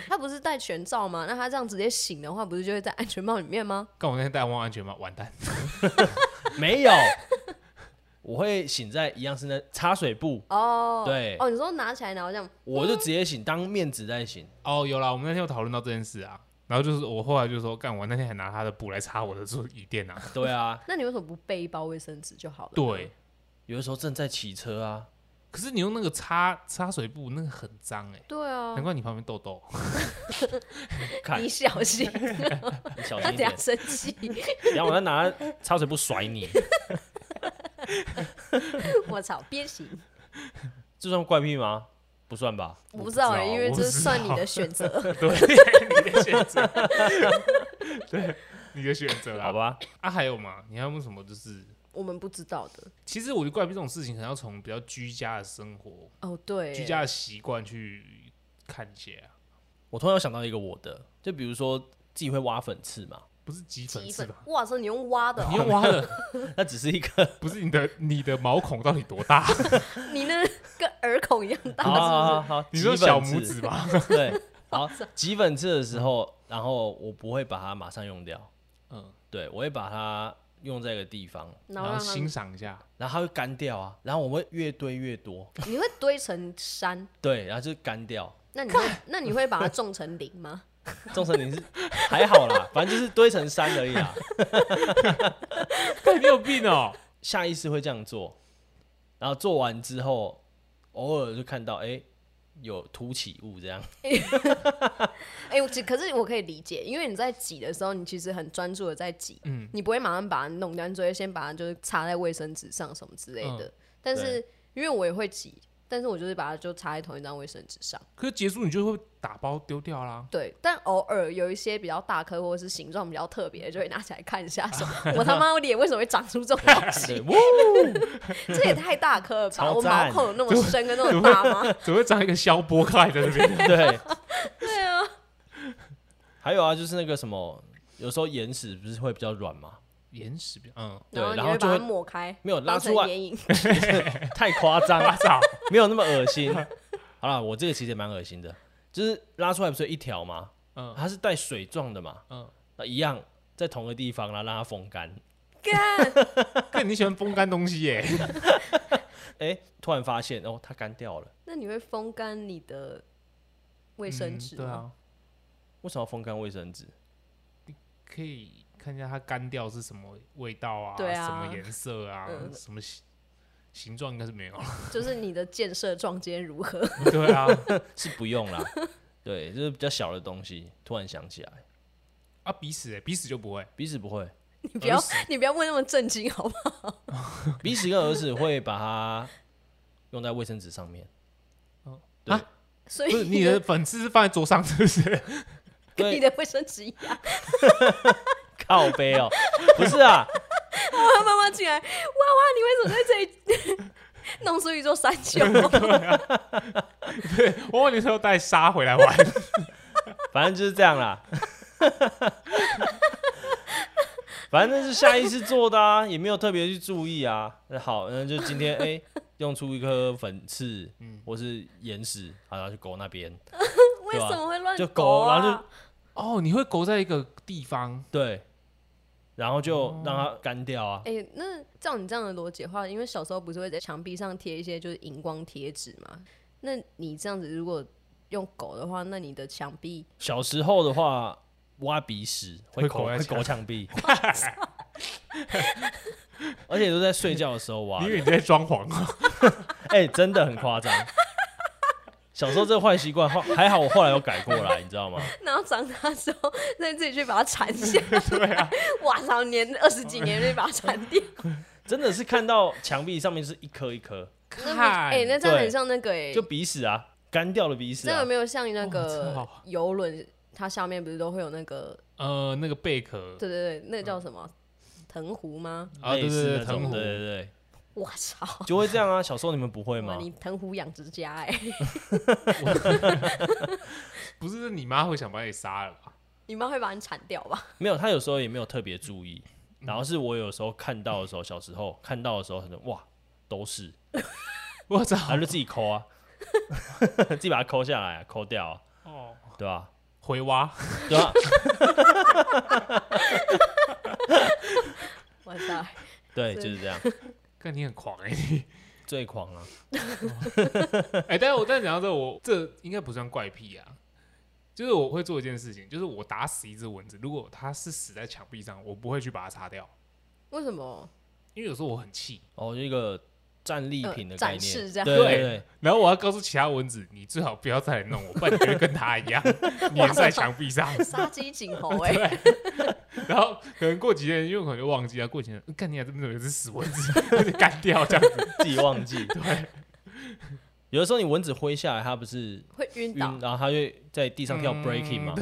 Speaker 2: 他不是戴全罩吗？那他这样直接醒的话，不是就会在安全帽里面吗？
Speaker 1: 干我那天戴忘安全帽，完蛋。
Speaker 3: 没有，我会醒在一样是那擦水布，
Speaker 2: 哦，
Speaker 3: 对
Speaker 2: 哦，你说拿起来然后这样，
Speaker 3: 我就直接醒，当面纸在醒。
Speaker 1: 哦，有啦，我们那天有讨论到这件事啊。然后就是我后来就说，干我那天还拿他的布来擦我的桌椅垫啊。
Speaker 3: 对啊，
Speaker 2: 那你为什么不备一包卫生纸就好了？，
Speaker 1: 对，
Speaker 3: 有的时候正在骑车 啊，
Speaker 1: 可是你用那个擦擦水布，那个很脏哎、
Speaker 2: 对啊
Speaker 1: 难，怪你旁边痘痘。
Speaker 3: 看
Speaker 2: 你小心，
Speaker 3: 你小
Speaker 2: 他等
Speaker 3: 心一
Speaker 2: 下
Speaker 3: 点，
Speaker 2: 生气，
Speaker 3: 然后我再拿擦水布甩你，
Speaker 2: 我操，憋醒。
Speaker 3: 这算怪癖吗？不算吧，
Speaker 2: 我不知道
Speaker 1: 我不
Speaker 2: 哎、
Speaker 1: 知道
Speaker 2: 因为
Speaker 1: 我不
Speaker 2: 这
Speaker 1: 知
Speaker 2: 算你
Speaker 1: 道
Speaker 2: 的选 择。
Speaker 1: 对，你的选择，对，你的选择
Speaker 3: 好
Speaker 1: 啦。
Speaker 3: 吧，
Speaker 1: 啊，还有嘛？你还有没有什么？就是，
Speaker 2: 我们不知道的。
Speaker 1: 其实我觉得怪癖这种事情，可能要从比较居家的生活、
Speaker 2: 哦，对，
Speaker 1: 居家的习惯去看一些啊，
Speaker 3: 我突然有想到一个我的，就比如说自己会挖粉刺嘛，
Speaker 1: 不是挤粉
Speaker 2: 鸡
Speaker 1: 刺
Speaker 2: 粉
Speaker 1: 吧？，
Speaker 2: 哇塞，你用挖的、
Speaker 1: 你
Speaker 2: 哦，
Speaker 1: 又挖了，
Speaker 3: 那只是一个
Speaker 1: 不是你的你的毛孔到底多大？
Speaker 2: 你那跟耳孔一样大，
Speaker 3: 好好好啊好，
Speaker 1: 你说
Speaker 3: 挤粉
Speaker 1: 小拇
Speaker 3: 刺
Speaker 1: 指吧？
Speaker 3: 对， 好，挤粉刺的时候，然后我不会把它马上用掉，
Speaker 1: 嗯，
Speaker 3: 对我会把它用在一个地方，
Speaker 2: 然
Speaker 1: 然
Speaker 2: 后
Speaker 1: 后
Speaker 2: 让它
Speaker 1: 欣赏一下。
Speaker 3: 然后它会干掉啊，然后我会越堆越多，
Speaker 2: 你会堆成山，
Speaker 3: 对，然后就干掉。
Speaker 2: 那你会那你会把它种成林吗？
Speaker 3: 众神林是还好啦，反正就是堆成山而已啦，
Speaker 1: 干你有病哦！
Speaker 3: 下意识会这样做，然后做完之后，偶尔就看到哎、诶有凸起物这样，
Speaker 2: 哎、我只可是我可以理解，因为你在挤的时候，你其实很专注的在挤，
Speaker 1: 嗯
Speaker 2: 你不会马上把它弄掉，你只会先把它就是擦在卫生纸上什么之类的。
Speaker 1: 嗯
Speaker 2: 但是因为我也会挤，但是我就是把它就擦在同一张卫生纸上。
Speaker 1: 可是结束你就会打包丢掉啦。
Speaker 2: 对，但偶尔有一些比较大颗或者是形状比较特别的，就会拿起来看一下，说：“我他妈我脸为什么会长出这种东
Speaker 3: 对，
Speaker 2: 西？
Speaker 3: 呜
Speaker 2: 这也太大颗了吧！
Speaker 3: 超
Speaker 2: 我毛
Speaker 3: 赞
Speaker 2: 孔有那么深跟那么大吗
Speaker 1: 怎么会长一个消波开在这边？
Speaker 3: 对，
Speaker 2: 对啊，
Speaker 3: 还有啊，就是那个什么，有时候眼屎不是会比较软吗？
Speaker 1: 岩石边，嗯，？”
Speaker 3: 对
Speaker 2: 然
Speaker 3: 然
Speaker 2: 后
Speaker 3: 后
Speaker 2: 你
Speaker 3: 就
Speaker 2: 把它
Speaker 3: 会
Speaker 2: 抹开，
Speaker 3: 没有
Speaker 2: 当
Speaker 3: 拉
Speaker 2: 成
Speaker 3: 出来，
Speaker 2: 眼影。
Speaker 3: 太夸张
Speaker 1: 我
Speaker 3: 了，
Speaker 1: 操！
Speaker 3: 没有那么恶心。好了，我这个其实也蛮恶心的，就是拉出来不是有一条吗？
Speaker 1: 嗯
Speaker 3: 它是带水状的嘛，
Speaker 1: 嗯，
Speaker 3: 那一样在同个地方，然后让它风干。
Speaker 2: 干，
Speaker 1: 看你喜欢风干东西耶、
Speaker 3: 哎、突然发现哦，它干掉了。
Speaker 2: 那你会风干你的卫生
Speaker 1: 嗯
Speaker 2: 纸、
Speaker 1: 对，啊，
Speaker 3: 为什么要风干卫生纸？
Speaker 1: 可以看一下它干掉是什么味道啊，
Speaker 2: 对啊
Speaker 1: 什么颜色啊，
Speaker 2: 嗯
Speaker 1: 什么形形状应该是没有 了。
Speaker 2: 就是你的建设撞间如何？
Speaker 1: 对啊，
Speaker 3: 是不用啦，对，就是比较小的东西。突然想起来，
Speaker 1: 啊鼻屎、欸，鼻屎就不会，
Speaker 3: 鼻屎不会，
Speaker 2: 你不要
Speaker 1: 耳屎，
Speaker 2: 你不要问那么震惊，好不好？
Speaker 3: 鼻屎跟耳屎会把它用在卫生纸上面。对
Speaker 1: 啊
Speaker 2: 所
Speaker 1: 不
Speaker 2: 以
Speaker 1: 是你的粉刺是放在桌上是不是？
Speaker 2: 跟你
Speaker 3: 对，
Speaker 2: 的卫生纸一样。
Speaker 3: 靠背哦，不是啊，
Speaker 2: 他妈妈进来，哇哇，你为什么在这里 弄出一座山丘？
Speaker 1: 我问你说带沙回来玩，
Speaker 3: 反正就是这样啦。 反正是下意识做的啊，也没有特别去注意啊。那好，那就今天哎、用出一颗粉刺，或是眼屎，好然后去狗那边，
Speaker 2: 为什么会乱
Speaker 3: 啊就
Speaker 2: 狗
Speaker 3: 狗，
Speaker 2: 啊？
Speaker 3: 然后就
Speaker 1: 哦，你会勾在一个地方，
Speaker 3: 对，然后就
Speaker 1: 哦
Speaker 3: 让它干掉啊。
Speaker 2: 哎、那照你这样的逻辑的话，因为小时候不是会在墙壁上贴一些就是荧光贴纸嘛？那你这样子如果用狗的话，那你的墙壁
Speaker 3: 小时候的话，挖鼻屎会
Speaker 1: 会
Speaker 3: 口
Speaker 1: 狗在
Speaker 3: 会
Speaker 1: 墙
Speaker 3: 狗 墙壁， 而且都在睡觉的时候挖
Speaker 1: 你
Speaker 3: 的
Speaker 1: 以，为你在装潢啊？
Speaker 3: 哎、真的很夸张。小时候这个坏习惯，后还好我后来有改过来，你知道吗？
Speaker 2: 然后长大之后，再自己去把它缠 下对啊， 哇操，年二十几年就把它缠 掉。
Speaker 3: 真的是看到墙壁上面是一颗一颗，
Speaker 2: 那不哎、那真的很像那个哎、
Speaker 3: 就鼻屎啊，干掉的鼻屎
Speaker 2: 这
Speaker 3: 啊哦
Speaker 2: 有。没有像那
Speaker 1: 哇
Speaker 2: 个
Speaker 1: 操
Speaker 2: 游轮，它下面不是都会有那个？
Speaker 1: 呃，那个贝壳
Speaker 2: 对对对，那个叫什么？
Speaker 3: 嗯
Speaker 2: 藤壶吗？
Speaker 1: 啊，对
Speaker 3: 类似
Speaker 1: 对
Speaker 3: 那
Speaker 1: 对，
Speaker 3: 种
Speaker 1: 藤壶，
Speaker 3: 对对
Speaker 2: 我操！
Speaker 3: 对，就会这样啊。小时候你们不会吗
Speaker 2: 哇，？你藤壶养殖家哎、
Speaker 1: 不是你妈会想把你杀了吧？
Speaker 2: 你妈会把你铲掉吧？
Speaker 3: 没有，他有时候也没有特别注意。然后是我有时候看到的时候，小时候看到的时候，可能哇都是，
Speaker 1: 我操！
Speaker 3: 他就自己抠啊， 自己把它抠下来、啊，抠掉、啊，
Speaker 1: 哦，
Speaker 3: 对吧、
Speaker 1: 回挖，
Speaker 3: 对啊吧、
Speaker 2: 我操！
Speaker 3: 对，
Speaker 2: 是
Speaker 3: 就是这样，
Speaker 1: 看你很狂哎、你
Speaker 3: 最狂啊！
Speaker 1: 哎、但是我但讲到这，我这应该不算怪癖啊，就是我会做一件事情，就是我打死一只蚊子，如果它是死在墙壁上，我不会去把它杀掉，
Speaker 2: 为什么？
Speaker 1: 因为有时候我很气，
Speaker 3: 哦，一个战利品的
Speaker 2: 呃
Speaker 3: 概
Speaker 2: 展
Speaker 3: 念，
Speaker 2: 示这样
Speaker 3: 对对对，
Speaker 1: 然后我要告诉其他蚊子，你最好不要再来弄我，不然你会跟它一样粘在墙壁上。
Speaker 2: 杀鸡儆猴
Speaker 3: 啊
Speaker 2: 哎、
Speaker 1: 然后可能过几天，因为我可能就忘记了，过几天，嗯干你啊，这边怎么有只死蚊子，就干掉这样子。
Speaker 3: 自己忘记。
Speaker 1: 对，
Speaker 3: 有的时候你蚊子挥下来，它不是
Speaker 2: 会晕
Speaker 3: 晕，
Speaker 2: 倒。
Speaker 3: 然后它就在地上
Speaker 1: 嗯
Speaker 3: 跳 breaking 嘛，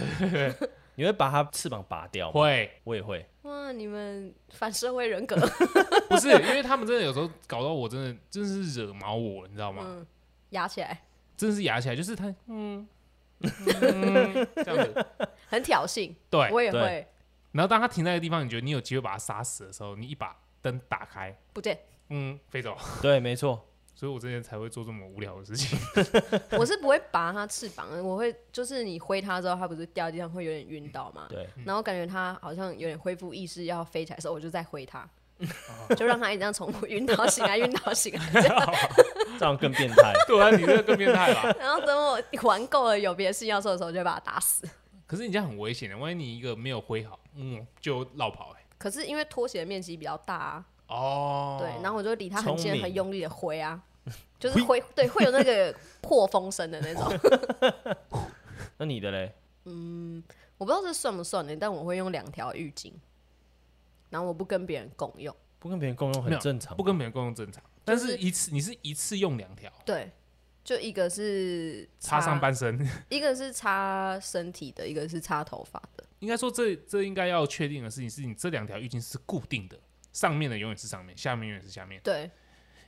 Speaker 3: 你会把它翅膀拔掉吗？
Speaker 1: 会
Speaker 3: 我也会，
Speaker 2: 哇，你们反社会人格。
Speaker 1: 不是因为他们真的有时候搞到我真的真的是惹毛我，你知道吗？
Speaker 2: 嗯，压起来，
Speaker 1: 真的是牙起来，就是他嗯嗯这样子。
Speaker 2: 很挑衅。
Speaker 1: 对，
Speaker 2: 我也
Speaker 3: 对
Speaker 2: 会
Speaker 1: 然后当他停在一个地方，你觉得你有机会把他杀死的时候，你一把灯打开，
Speaker 2: 不见，
Speaker 1: 嗯，飞 走。
Speaker 3: 对，没错，
Speaker 1: 所以我之前才会做这么无聊的事 情。
Speaker 2: 我是不会拔它翅膀，我会就是你挥它之后，它不是掉地上会有点晕倒吗？
Speaker 3: 对，
Speaker 2: 然后感觉它好像有点恢复意识要飞起来的时候，我就再挥它，就让它一直这样重复晕倒醒来，晕倒醒来。
Speaker 3: 这样更变态。
Speaker 1: 对啊，你这个更变态吧？
Speaker 2: 然后等我玩够了有别的事情要做的时候，我就会把它打死。
Speaker 1: 可是你这样很危险的，万一你一个没有挥好，嗯，就绕跑哎、
Speaker 2: 可是因为拖鞋的面积比较大、啊，
Speaker 1: 哦，
Speaker 2: 对，然后我就离它很
Speaker 3: 聪
Speaker 2: 近
Speaker 3: 明
Speaker 2: 很用力的挥啊，就是挥，对，会有那个破风声的那种。
Speaker 3: 那你的嘞？
Speaker 2: 我不知道这算不算的，但我会用两条浴巾，然后我不跟别人共用。
Speaker 3: 不跟别人共用
Speaker 1: 没
Speaker 3: 很
Speaker 1: 有
Speaker 3: 正常，
Speaker 1: 不跟别人共用正常，但
Speaker 2: 就是
Speaker 1: 是一次你是一次用两条，
Speaker 2: 对，就一个是
Speaker 1: 擦上，半身。
Speaker 2: 一个是擦身体的，一个是擦头发的。
Speaker 1: 应该说这这应该要确定的事情是你这两条浴巾是固定的，上面的永远是上面，下面永远是下面。
Speaker 2: 对，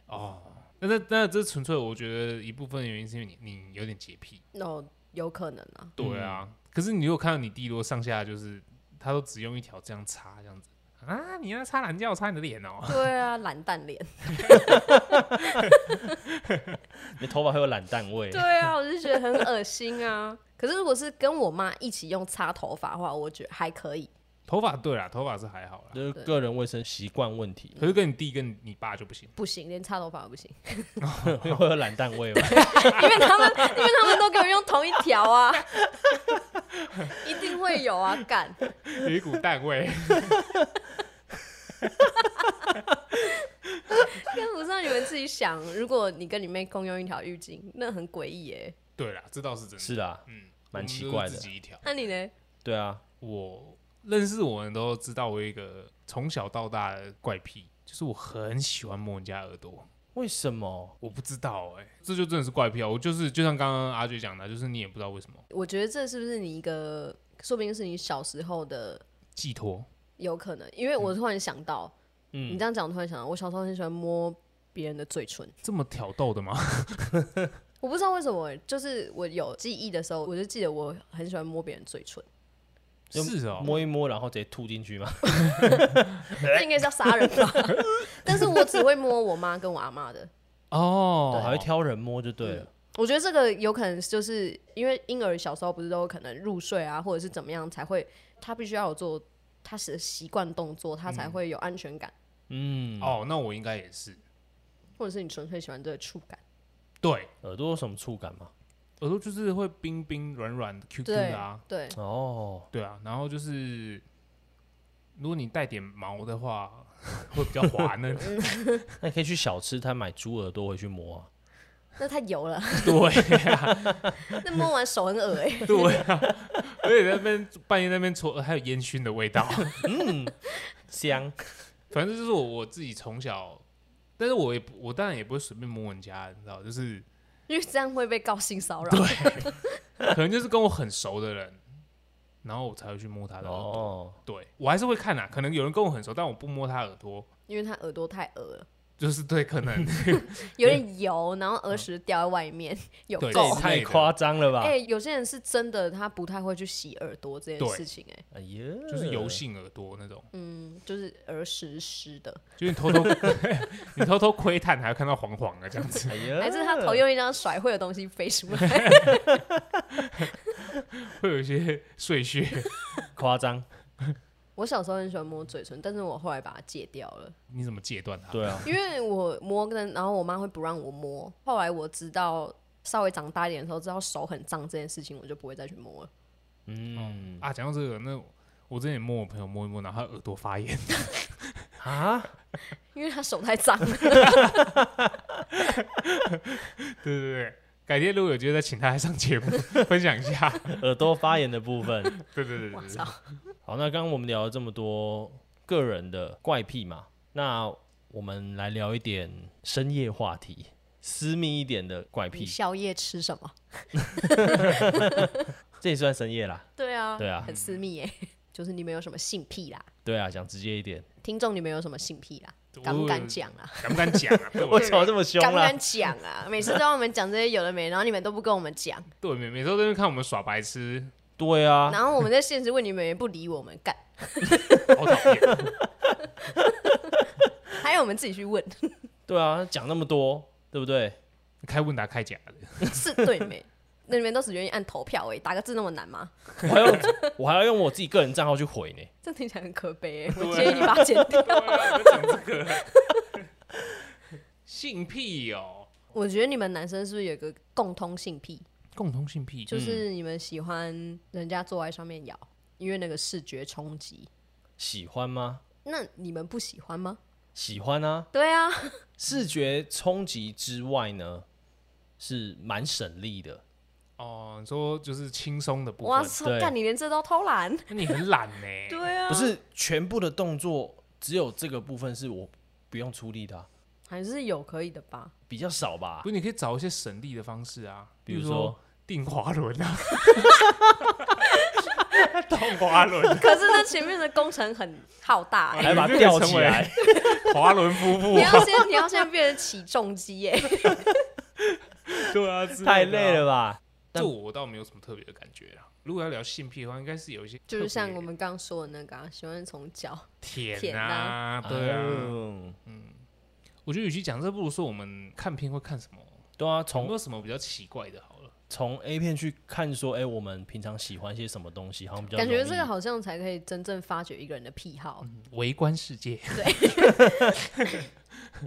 Speaker 1: 哦，那那那这纯粹我觉得一部分原因是因为你你有点洁癖。
Speaker 2: 那、哦有可能 啊，
Speaker 1: 对啊，可是你如果看到你弟如果上下就是他都只用一条这样擦这样子啊，你要擦懒觉擦你的脸哦。
Speaker 2: 对啊，懒蛋脸，
Speaker 3: 你头发会有懒蛋味。
Speaker 2: 对啊，我就觉得很恶心啊。可是如果是跟我妈一起用擦头发的话，我觉得还可以。
Speaker 1: 头发对啦，头发是还好啦，
Speaker 3: 就是个人卫生习惯问题，
Speaker 1: 可是跟你弟跟你爸就不行。
Speaker 2: 不行，连擦头发都不行，
Speaker 3: 会会有懒蛋味 吗？
Speaker 2: 因为他们，因为他们都给我用同一条啊，一定会有啊，干。
Speaker 1: 有一股淡味。
Speaker 2: 跟不上你们自己想，如果你跟你妹共用一条浴巾，那很诡异耶。
Speaker 1: 对啦，这倒是真的。
Speaker 3: 是啊，
Speaker 1: 嗯，
Speaker 3: 蛮
Speaker 1: 我们
Speaker 3: 奇
Speaker 1: 就是
Speaker 3: 怪
Speaker 1: 自
Speaker 3: 的
Speaker 1: 己一条。
Speaker 2: 那你呢？
Speaker 3: 对啊，
Speaker 1: 我认识我的人都知道，我有一个从小到大的怪癖，就是我很喜欢摸人家耳朵。
Speaker 3: 为什么？
Speaker 1: 我不知道哎、这就真的是怪癖啊！我就是就像刚刚阿杰讲的，就是你也不知道为什么
Speaker 2: 我觉得这是不是你一个，说不定是你小时候的，
Speaker 1: 寄托。
Speaker 2: 有可能。因为我突然想到，你
Speaker 3: 嗯，
Speaker 2: 这样讲，我突然想到，我小时候很喜欢摸别人的嘴唇，
Speaker 1: 这么挑逗的吗？
Speaker 2: 我不知道为什么耶，就是我有记忆的时候，我就记得我很喜欢摸别人嘴唇，
Speaker 3: 就是
Speaker 1: 哦、
Speaker 3: 摸一摸，然后直接吐进去吗？
Speaker 2: 那应该是要杀人吧。 但是我只会摸我妈跟我阿妈的。
Speaker 1: 哦，
Speaker 3: 还会挑人摸就对了。
Speaker 2: 我觉得这个有可能就是因为婴儿小时候不是都有可能入睡啊，或者是怎么样才会，他必须要有做他的习惯动作，他才会有安全感，
Speaker 3: 嗯，
Speaker 1: 哦，那我应该也是。
Speaker 2: 或者是你纯粹喜欢这个触感。
Speaker 1: 对，
Speaker 3: 耳朵有什么触感吗？
Speaker 1: 耳朵就是会冰冰软软的 QQ
Speaker 2: 对
Speaker 1: 的啊，
Speaker 2: 对，
Speaker 3: 哦，
Speaker 1: 对啊。然后就是如果你带点毛的 话，会比较滑嫩。
Speaker 3: 那你可以去小吃摊买猪耳朵回去摸啊。
Speaker 2: 那太油了，
Speaker 1: 对啊，
Speaker 2: 那摸完手很恶哎、
Speaker 1: 对啊，而且在那边半夜那边搓，还有烟熏的味道。
Speaker 3: 嗯，香，
Speaker 1: 反正就是我我自己从小，但是我也不我当然也不会随便摸人家，你知道，就是
Speaker 2: 因为这样会被告性骚扰。
Speaker 1: 对，可能就是跟我很熟的人，然后我才会去摸他的耳朵。
Speaker 3: 哦，
Speaker 1: 对我还是会看啊，可能有人跟我很熟，但我不摸他耳朵，
Speaker 2: 因为他耳朵太恶了，
Speaker 1: 就是对，可能
Speaker 2: 有点油，然后耳屎掉在外面，有
Speaker 1: 嗯对
Speaker 3: 这
Speaker 2: 够
Speaker 3: 也。
Speaker 1: 之类
Speaker 3: 太
Speaker 1: 的
Speaker 3: 夸张了吧？
Speaker 2: 哎、有些人是真的，他不太会去洗耳朵这件
Speaker 1: 对
Speaker 2: 事情、哎，
Speaker 3: 哎呀，
Speaker 1: 就是油性耳朵那种，
Speaker 2: 嗯，就是耳屎湿的，
Speaker 1: 就是你偷 偷你偷偷窥探，还会看到黄黄的这样子。
Speaker 3: 哎呀，
Speaker 2: 还是他头用一张甩，会有东西飞出来。
Speaker 1: 会有一些碎屑。
Speaker 3: 夸张，
Speaker 2: 我小时候很喜欢摸嘴唇，但是我后来把它戒掉了，
Speaker 1: 你怎么戒断它？
Speaker 3: 对啊，
Speaker 2: 因为我摸跟然后我妈会不让我摸。后来我知道稍微长大一点的时候，知道手很脏这件事情，我就不会再去摸了。
Speaker 3: 嗯
Speaker 2: 哦
Speaker 1: 啊，讲到这个，那我之前也摸我朋友摸一摸，然后他耳朵发炎，
Speaker 3: 啊，
Speaker 2: 因为他手太脏 了，
Speaker 1: 对对对。改天如果有机会再请他来上节目分享一下，
Speaker 3: 耳朵发炎的部分。
Speaker 1: 对对对
Speaker 2: 我
Speaker 1: 对对
Speaker 2: 操，
Speaker 3: 好，那刚刚我们聊了这么多个人的怪癖嘛，那我们来聊一点深夜话题，私密一点的怪
Speaker 2: 你
Speaker 3: 癖，
Speaker 2: 宵夜吃什么？
Speaker 3: 这也算深夜啦。
Speaker 2: 对啊，
Speaker 3: 对啊
Speaker 2: 很私密耶、 就是你们有什么性癖啦？
Speaker 3: 对啊，讲直接一点，
Speaker 2: 听众，你们有什么性癖啦？
Speaker 1: 对，
Speaker 2: 敢不
Speaker 1: 我
Speaker 2: 敢？讲啊？
Speaker 1: 敢不敢讲啊？对我
Speaker 3: 为什么这么凶
Speaker 2: 敢不
Speaker 3: 啦
Speaker 2: 敢？讲啊？每次都让我们讲这些有的没，然后你们都不跟我们讲，
Speaker 1: 对每每周都在看我们耍白痴，
Speaker 3: 对啊，
Speaker 2: 然后我们在现实问你们也不理我们，干，
Speaker 1: 好讨厌。
Speaker 2: 还有我们自己去问，
Speaker 3: 对啊，讲那么多，对不对？
Speaker 1: 开问答开假的，
Speaker 2: 是对没？那你们都只愿意按投票哎、打个字那么难吗？
Speaker 3: 我还要我还要用我自己个人账号去回呢。
Speaker 2: 这听起来很可悲哎、
Speaker 1: 对啊
Speaker 2: 我建议你把它剪掉。
Speaker 1: 啊讲这个性癖哦，
Speaker 2: 我觉得你们男生是不是有一个共通性癖，
Speaker 1: 共同性癖
Speaker 2: 就是你们喜欢人家坐在上面咬，因为那个视觉冲击。
Speaker 3: 喜欢吗？
Speaker 2: 那你们不喜欢吗？
Speaker 3: 喜欢啊！
Speaker 2: 对啊，
Speaker 3: 视觉冲击之外呢，是蛮省力的。
Speaker 1: 哦，你说就是轻松的部
Speaker 2: 哇
Speaker 1: 分，
Speaker 2: 操！
Speaker 3: 对
Speaker 2: 干你连这都偷懒，
Speaker 1: 那你很懒呢、
Speaker 2: 对啊，
Speaker 3: 不是全部的动作，只有这个部分是我不用出力的啊、
Speaker 2: 还是有可以的吧？
Speaker 3: 比较少吧
Speaker 1: 不。是，你可以找一些省力的方式啊，
Speaker 3: 啊比如
Speaker 1: 说
Speaker 3: 说
Speaker 1: 定滑轮啊， 动滑 轮，
Speaker 2: 可是那前面的工程很浩大 哎、
Speaker 3: 还把它吊起 来，
Speaker 1: 滑轮夫妇
Speaker 2: 你，要先你要先变成起重机耶、
Speaker 1: 对啊，
Speaker 3: 太累了
Speaker 1: 吧？
Speaker 3: 吧？但
Speaker 1: 这我倒没有什么特别的感觉啊。如果要聊性癖的话，应该是有一些特别，
Speaker 2: 就是像我们刚刚说的那个、啊，喜欢从脚。
Speaker 1: 舔
Speaker 2: 舔
Speaker 1: 啊，
Speaker 2: 啊
Speaker 1: 对啊。
Speaker 3: 嗯
Speaker 1: 我觉得与其讲这，不如说我们看片会看什么，
Speaker 3: 对
Speaker 1: 有
Speaker 3: 啊，
Speaker 1: 没
Speaker 3: 从
Speaker 1: 有什么比较奇怪的？好了，
Speaker 3: 从 A 片去看说，哎、我们平常喜欢些什么东西，好像比较
Speaker 2: 感觉
Speaker 3: 容易
Speaker 2: 这个好像才可以真正发掘一个人的癖好。
Speaker 1: 围观世界，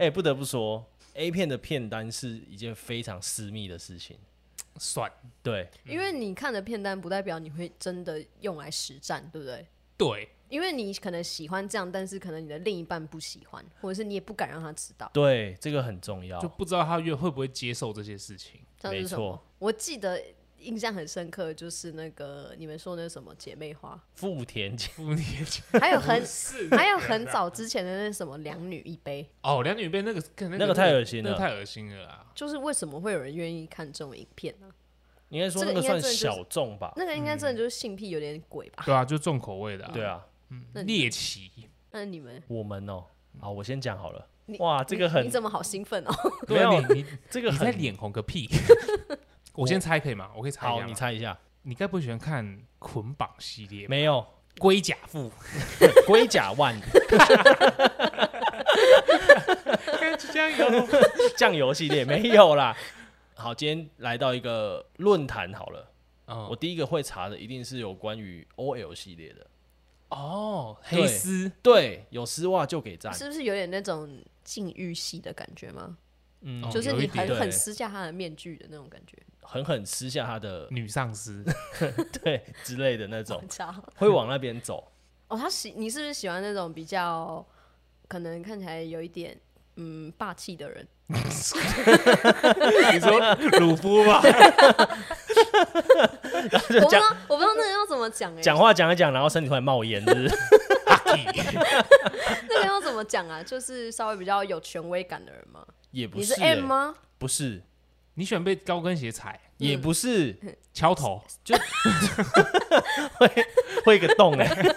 Speaker 3: 哎、不得不说，A 片的片单是一件非常私密的事情。
Speaker 1: 算
Speaker 3: 对，
Speaker 2: 因为你看的片单不代表你会真的用来实战，对不对？
Speaker 1: 对，
Speaker 2: 因为你可能喜欢这样，但是可能你的另一半不喜欢，或者是你也不敢让他知道。
Speaker 3: 对，这个很重要
Speaker 1: 就。不知道他越会不会接受这些事 情。
Speaker 2: 像是
Speaker 3: 没
Speaker 2: 什么
Speaker 3: 错？
Speaker 2: 我记得印象很深刻，就是那个你们说那什么姐妹花，
Speaker 3: 富 田姐
Speaker 1: 不，你也
Speaker 2: 还有 很
Speaker 1: 是
Speaker 2: 还有很早之前的那什么两女一杯，
Speaker 1: 哦，两女变那个，看
Speaker 3: 那个太恶心
Speaker 1: 那个
Speaker 3: 了
Speaker 1: 太恶心了啦。
Speaker 2: 就是为什么会有人愿意看这种影片呢、
Speaker 3: 应该说
Speaker 2: 这个
Speaker 3: 那个
Speaker 2: 应该真的
Speaker 3: 算
Speaker 2: 就是
Speaker 3: 小众吧？
Speaker 2: 那个应该
Speaker 3: 嗯
Speaker 2: 真的就是性癖有点鬼吧？
Speaker 1: 对啊，就重口味的、啊，
Speaker 3: 对，啊，
Speaker 2: 那你
Speaker 1: 猎奇，
Speaker 2: 那你们
Speaker 3: 我们哦、好，我先讲好了
Speaker 2: 你。
Speaker 3: 哇，这个
Speaker 2: 你
Speaker 3: 很，
Speaker 2: 怎么好兴奋哦？
Speaker 1: 对啊，
Speaker 3: 没有
Speaker 1: 你 你
Speaker 3: 这个
Speaker 1: 你在
Speaker 3: 很
Speaker 1: 脸红个 屁！我先猜可以吗？我可以猜一
Speaker 3: 好，
Speaker 1: 下
Speaker 3: 你
Speaker 1: 吗？
Speaker 3: 猜一下？
Speaker 1: 你该不会喜欢看捆绑系列吧？
Speaker 3: 没有，
Speaker 1: 龟甲妇，
Speaker 3: 龟甲万
Speaker 1: 加油！
Speaker 3: 酱油系列没有啦。好，今天来到一个论坛好了，我
Speaker 1: 嗯，
Speaker 3: 第一个会查的一定是有关于 OL 系列的。
Speaker 1: 哦，
Speaker 3: 对
Speaker 1: 黑丝，
Speaker 3: 对，有丝袜就 给赞。
Speaker 2: 是不是有点那种禁欲系的感觉吗？
Speaker 3: 嗯
Speaker 1: 哦，
Speaker 2: 就是
Speaker 1: 有一
Speaker 2: 你
Speaker 1: 点
Speaker 2: 很很
Speaker 3: 对
Speaker 2: 撕下他的面具的那种感觉。
Speaker 3: 狠狠撕下 他的
Speaker 1: 女上司，
Speaker 3: 对之类的那 种
Speaker 2: 我，操！
Speaker 3: 会往那边走。
Speaker 2: 哦，他喜 你是不是喜欢那种比较可能看起来有一点嗯霸气的人？
Speaker 1: 你说 鲁夫吧？
Speaker 2: 我不知道，我不知道那个要怎么讲哎、
Speaker 3: 讲哦话讲一讲，然后身体突然冒烟，是不是？
Speaker 2: 那个要怎么讲啊？就是稍微比较有权威感的人吗？
Speaker 3: 也不
Speaker 2: 你是
Speaker 3: 欸
Speaker 2: M 吗？
Speaker 3: 不是，
Speaker 1: 你喜欢被高跟鞋踩、
Speaker 2: 嗯
Speaker 3: 也不 是，
Speaker 1: 敲头？
Speaker 3: 会一个洞哎、欸，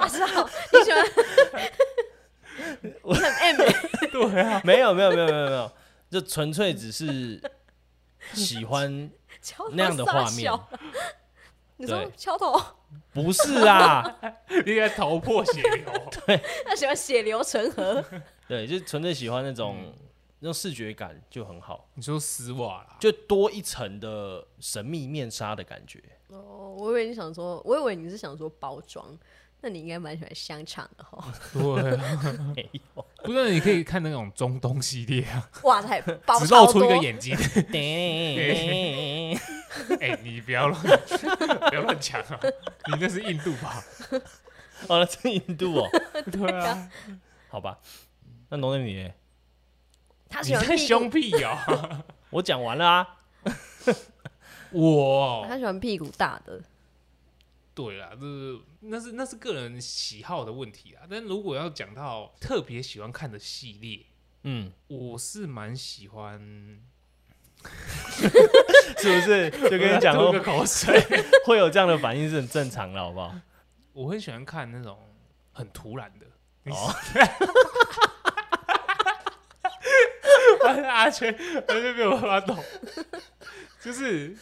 Speaker 2: 哇塞，你喜欢 你很 M 欸
Speaker 1: 对啊，
Speaker 3: 没有没有没有没有没有，就纯粹只是喜欢，
Speaker 2: 敲头
Speaker 3: 那样的
Speaker 2: 傻
Speaker 3: 画面
Speaker 2: 笑。 你说
Speaker 3: 对
Speaker 2: 敲头，
Speaker 3: 不 是啊，
Speaker 1: 应该头破血流。
Speaker 2: 他喜欢血流成河，
Speaker 3: 对，就纯粹喜欢那种、
Speaker 1: 嗯
Speaker 3: 那种视觉感就很好，
Speaker 1: 你说丝袜啦？
Speaker 3: 就多一层的神秘面纱的感 觉。
Speaker 2: 哦，我以为你想说，我以为你是想说包装，那你应该蛮喜欢香肠 的哈。
Speaker 1: 对啊，
Speaker 3: 没有，
Speaker 1: 不然你可以看那种中东系列啊，
Speaker 2: 哇塞，包
Speaker 1: 只
Speaker 2: 超
Speaker 1: 露出
Speaker 2: 多
Speaker 1: 一个，眼睛。
Speaker 3: 对
Speaker 1: 哎，你不要乱， 不要乱讲啊！你那是印度吧？
Speaker 3: 哦，那是印度哦，
Speaker 1: 对啊，
Speaker 3: 好吧，那农人你呢
Speaker 2: 他
Speaker 1: 你
Speaker 2: 喜欢
Speaker 1: 在
Speaker 2: 屁股
Speaker 1: 凶，屁 哦！
Speaker 3: 我讲完了啊，
Speaker 1: 我哦
Speaker 2: 他喜欢屁股大 的。
Speaker 1: 对啦，就是那是那是个人喜好的问题啊。但如果要讲到特别喜欢看的系列，
Speaker 3: 嗯，
Speaker 1: 我是蛮喜欢，
Speaker 3: 是不是？就跟你讲哦
Speaker 1: 我要 吐
Speaker 3: 过
Speaker 1: 个口水，
Speaker 3: 会有这样的反应是很正常的，好不好？
Speaker 1: 我很喜欢看那种很突然的。
Speaker 3: 哦，
Speaker 1: 阿全完全没有办法懂，就是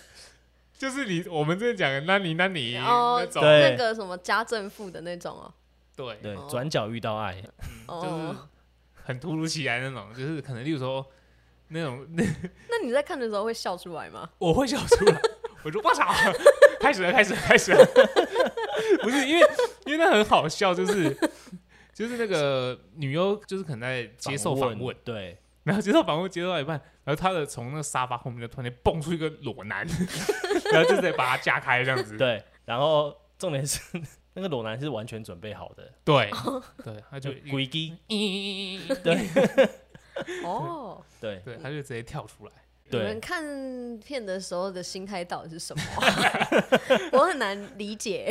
Speaker 1: 就是你我们这讲的那你那你那
Speaker 2: 哦，
Speaker 1: 种
Speaker 3: 对
Speaker 2: 那个什么家政妇的那种哦，
Speaker 1: 对，
Speaker 3: 对
Speaker 2: 哦，
Speaker 3: 转角遇到爱，
Speaker 1: 就是
Speaker 2: 哦，
Speaker 1: 很突如其来那种，就是可能例如说那种
Speaker 2: 那你在看的时候会笑出来吗？
Speaker 1: 我会笑出来，我说我操，开始了，开始了，开始了。 不是因为因为那很好笑，就是就是那个女优，就是可能在接受访问，，
Speaker 3: 对，
Speaker 1: 然后接受访问接受到一半，然后她的从那个沙发后面就突然间蹦出一个裸男， 然后就直接把他架开这样子。
Speaker 3: 对，然后重点是 那个裸男是完全准备好的，
Speaker 1: 对对，他就
Speaker 3: 鬼机，
Speaker 1: 对
Speaker 2: 哦，
Speaker 3: 对
Speaker 1: 对，他就直接跳出来。
Speaker 2: 你们
Speaker 3: 对，
Speaker 2: 看片的时候的心态到底 是什么啊？我很难理解。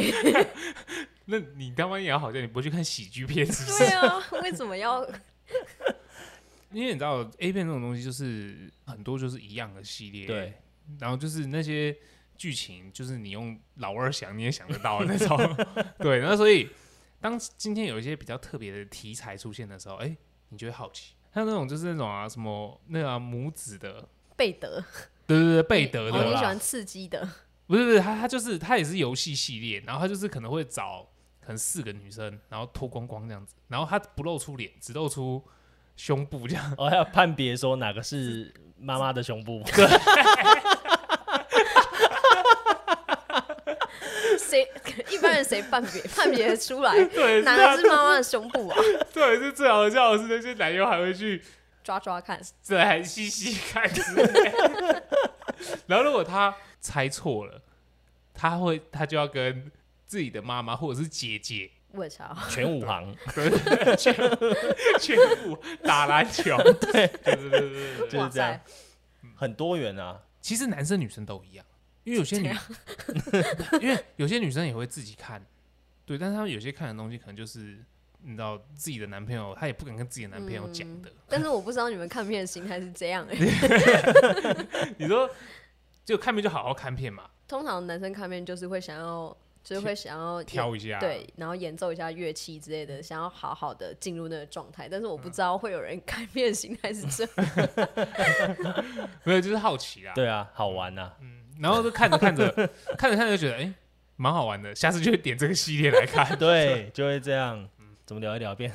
Speaker 1: 那你当然也要好像你不会去看喜剧片是不是
Speaker 2: 对？啊，为什么要？
Speaker 1: 因为你知道 A 片这种东西就是很多就是一样的系列，
Speaker 3: 对，
Speaker 1: 然后就是那些剧情，就是你用老二想你也想得到的那种，对，那所以当今天有一些比较特别的题材出现的时候，哎、你就会好奇，像那种就是那种啊什么那个啊、母子的，
Speaker 2: 贝德，
Speaker 1: 对对对，贝德
Speaker 2: 哦
Speaker 1: 的
Speaker 2: 你喜
Speaker 1: 啦，
Speaker 2: 欢刺激的，
Speaker 1: 不是不是，他他就是他也是游戏系列，然后他就是可能会找可能四个女生，然后脱光光这样子，然后他不露出脸，只露出胸部这样。
Speaker 3: 我哦还要判别说哪个是妈妈的胸部，
Speaker 2: 谁一般人谁判别判别得出 来
Speaker 1: 对，
Speaker 2: 哪
Speaker 1: 那
Speaker 2: 个是妈妈的胸部啊？
Speaker 1: 对，是最好笑的是那些男优还会去
Speaker 2: 抓抓看，
Speaker 1: 这还细细看之类。 然后如果他猜错了，他会他就要跟自己的妈妈或者是姐姐
Speaker 2: 我操！
Speaker 3: 全武行，
Speaker 1: 全全部打篮球。对对对对对对。
Speaker 3: 就是
Speaker 2: 哇
Speaker 3: 这样
Speaker 2: 塞，
Speaker 1: 嗯
Speaker 3: 很多元啊，
Speaker 1: 其实男生女生都一样，因为有些女， 因为有些女生也会自己看，对，但是他们有些看的东西可能就是。你知道自己的男朋友，她也不敢跟自己的男朋友讲的，
Speaker 2: 但是我不知道你们看片的心态是这样哎、
Speaker 1: 你说就看片就好好看片嘛，
Speaker 2: 通常男生看片就是会想要，就是会想要
Speaker 1: 挑一下，啊
Speaker 2: 对，然后演奏一下乐器之类的，想要好好的进入那个状态。但是我不知道会有人看片的心态是这样，
Speaker 1: 没有就是好奇啦。
Speaker 3: 对啊，好玩啊，
Speaker 1: 嗯，然后就看着看着看着看着就觉得哎，诶蛮、好玩的，下次就会点这个系列来看。
Speaker 3: 对，就会这样，
Speaker 1: 嗯
Speaker 3: 怎么聊一聊变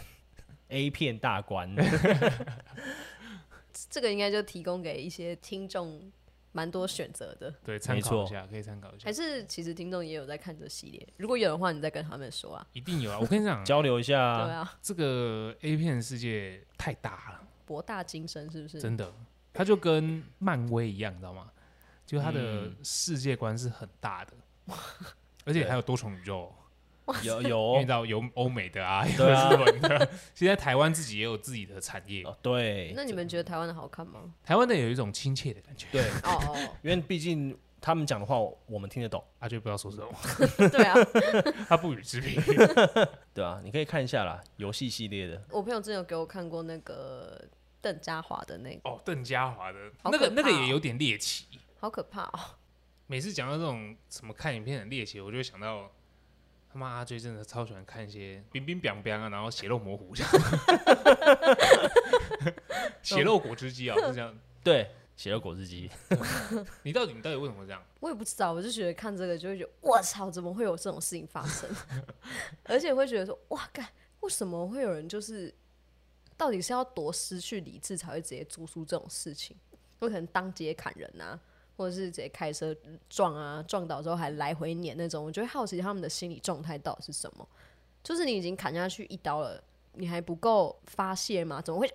Speaker 3: A 片大观，
Speaker 2: 这个应该就提供给一些听众蛮多选择的。
Speaker 1: 对，参
Speaker 3: 没
Speaker 1: 考一
Speaker 3: 错
Speaker 1: 下，可以参考一下
Speaker 2: 还，是其实听众也有在看这系列，如果有的话，你再跟他们说啊。
Speaker 1: 一定有啊！我跟你讲，
Speaker 3: 交流一下
Speaker 2: 对
Speaker 3: 啊，
Speaker 2: 啊，
Speaker 1: 这个 A 片世界太大了，
Speaker 2: 博大精深是不是？
Speaker 1: 真的，它就跟漫威一样，你知道吗？就它的
Speaker 3: 嗯
Speaker 1: 世界观是很大的，而且还有多重宇宙。
Speaker 3: 有
Speaker 1: 因为
Speaker 3: 有
Speaker 1: 你知道有欧美的啊，有
Speaker 3: 哦 对啊
Speaker 1: 日本的，现在台湾自己也有自己的产业，
Speaker 3: 哦对
Speaker 2: 那你们觉得台湾的好看 吗？
Speaker 1: 台湾的有一种亲切的感觉，
Speaker 3: 对，
Speaker 2: 哦哦，
Speaker 3: 因为毕竟他们讲的话我我们听得懂，
Speaker 1: 他啊就不知道说什么，
Speaker 2: 哦对啊，
Speaker 1: 他不予置评。
Speaker 3: 对啊，你可以看一下啦，游戏系列的，
Speaker 2: 我朋友之前有给我看过那个邓家华的那个，
Speaker 1: 哦，邓家华的
Speaker 2: 好
Speaker 1: 那个
Speaker 2: 可
Speaker 1: 那个
Speaker 2: 怕哦
Speaker 1: 也有点猎奇，
Speaker 2: 好可怕哦！
Speaker 1: 每次讲到这种什么看影片很猎奇，我就会想到他妈阿追真的超喜欢看一些冰冰凉凉啊，然后血肉模糊这 样，血肉果汁机啊，是这样。
Speaker 3: 对，血肉果汁机，
Speaker 1: 你到底你到底为什么这样？
Speaker 2: 我也不知道，我就觉得看这个就会觉得，我操，怎么会有这种事情发生？而且会觉得说，哇，干，为什么会有人就是，到底是要多失去理智才会直接做出这种事情？有可能当街砍人啊，或者是直接开车撞啊，撞倒之后还来回撵那种。我就会好奇他们的心理状态到底是什么？就是你已经砍下去一刀了，你还不够发泄吗？怎么会？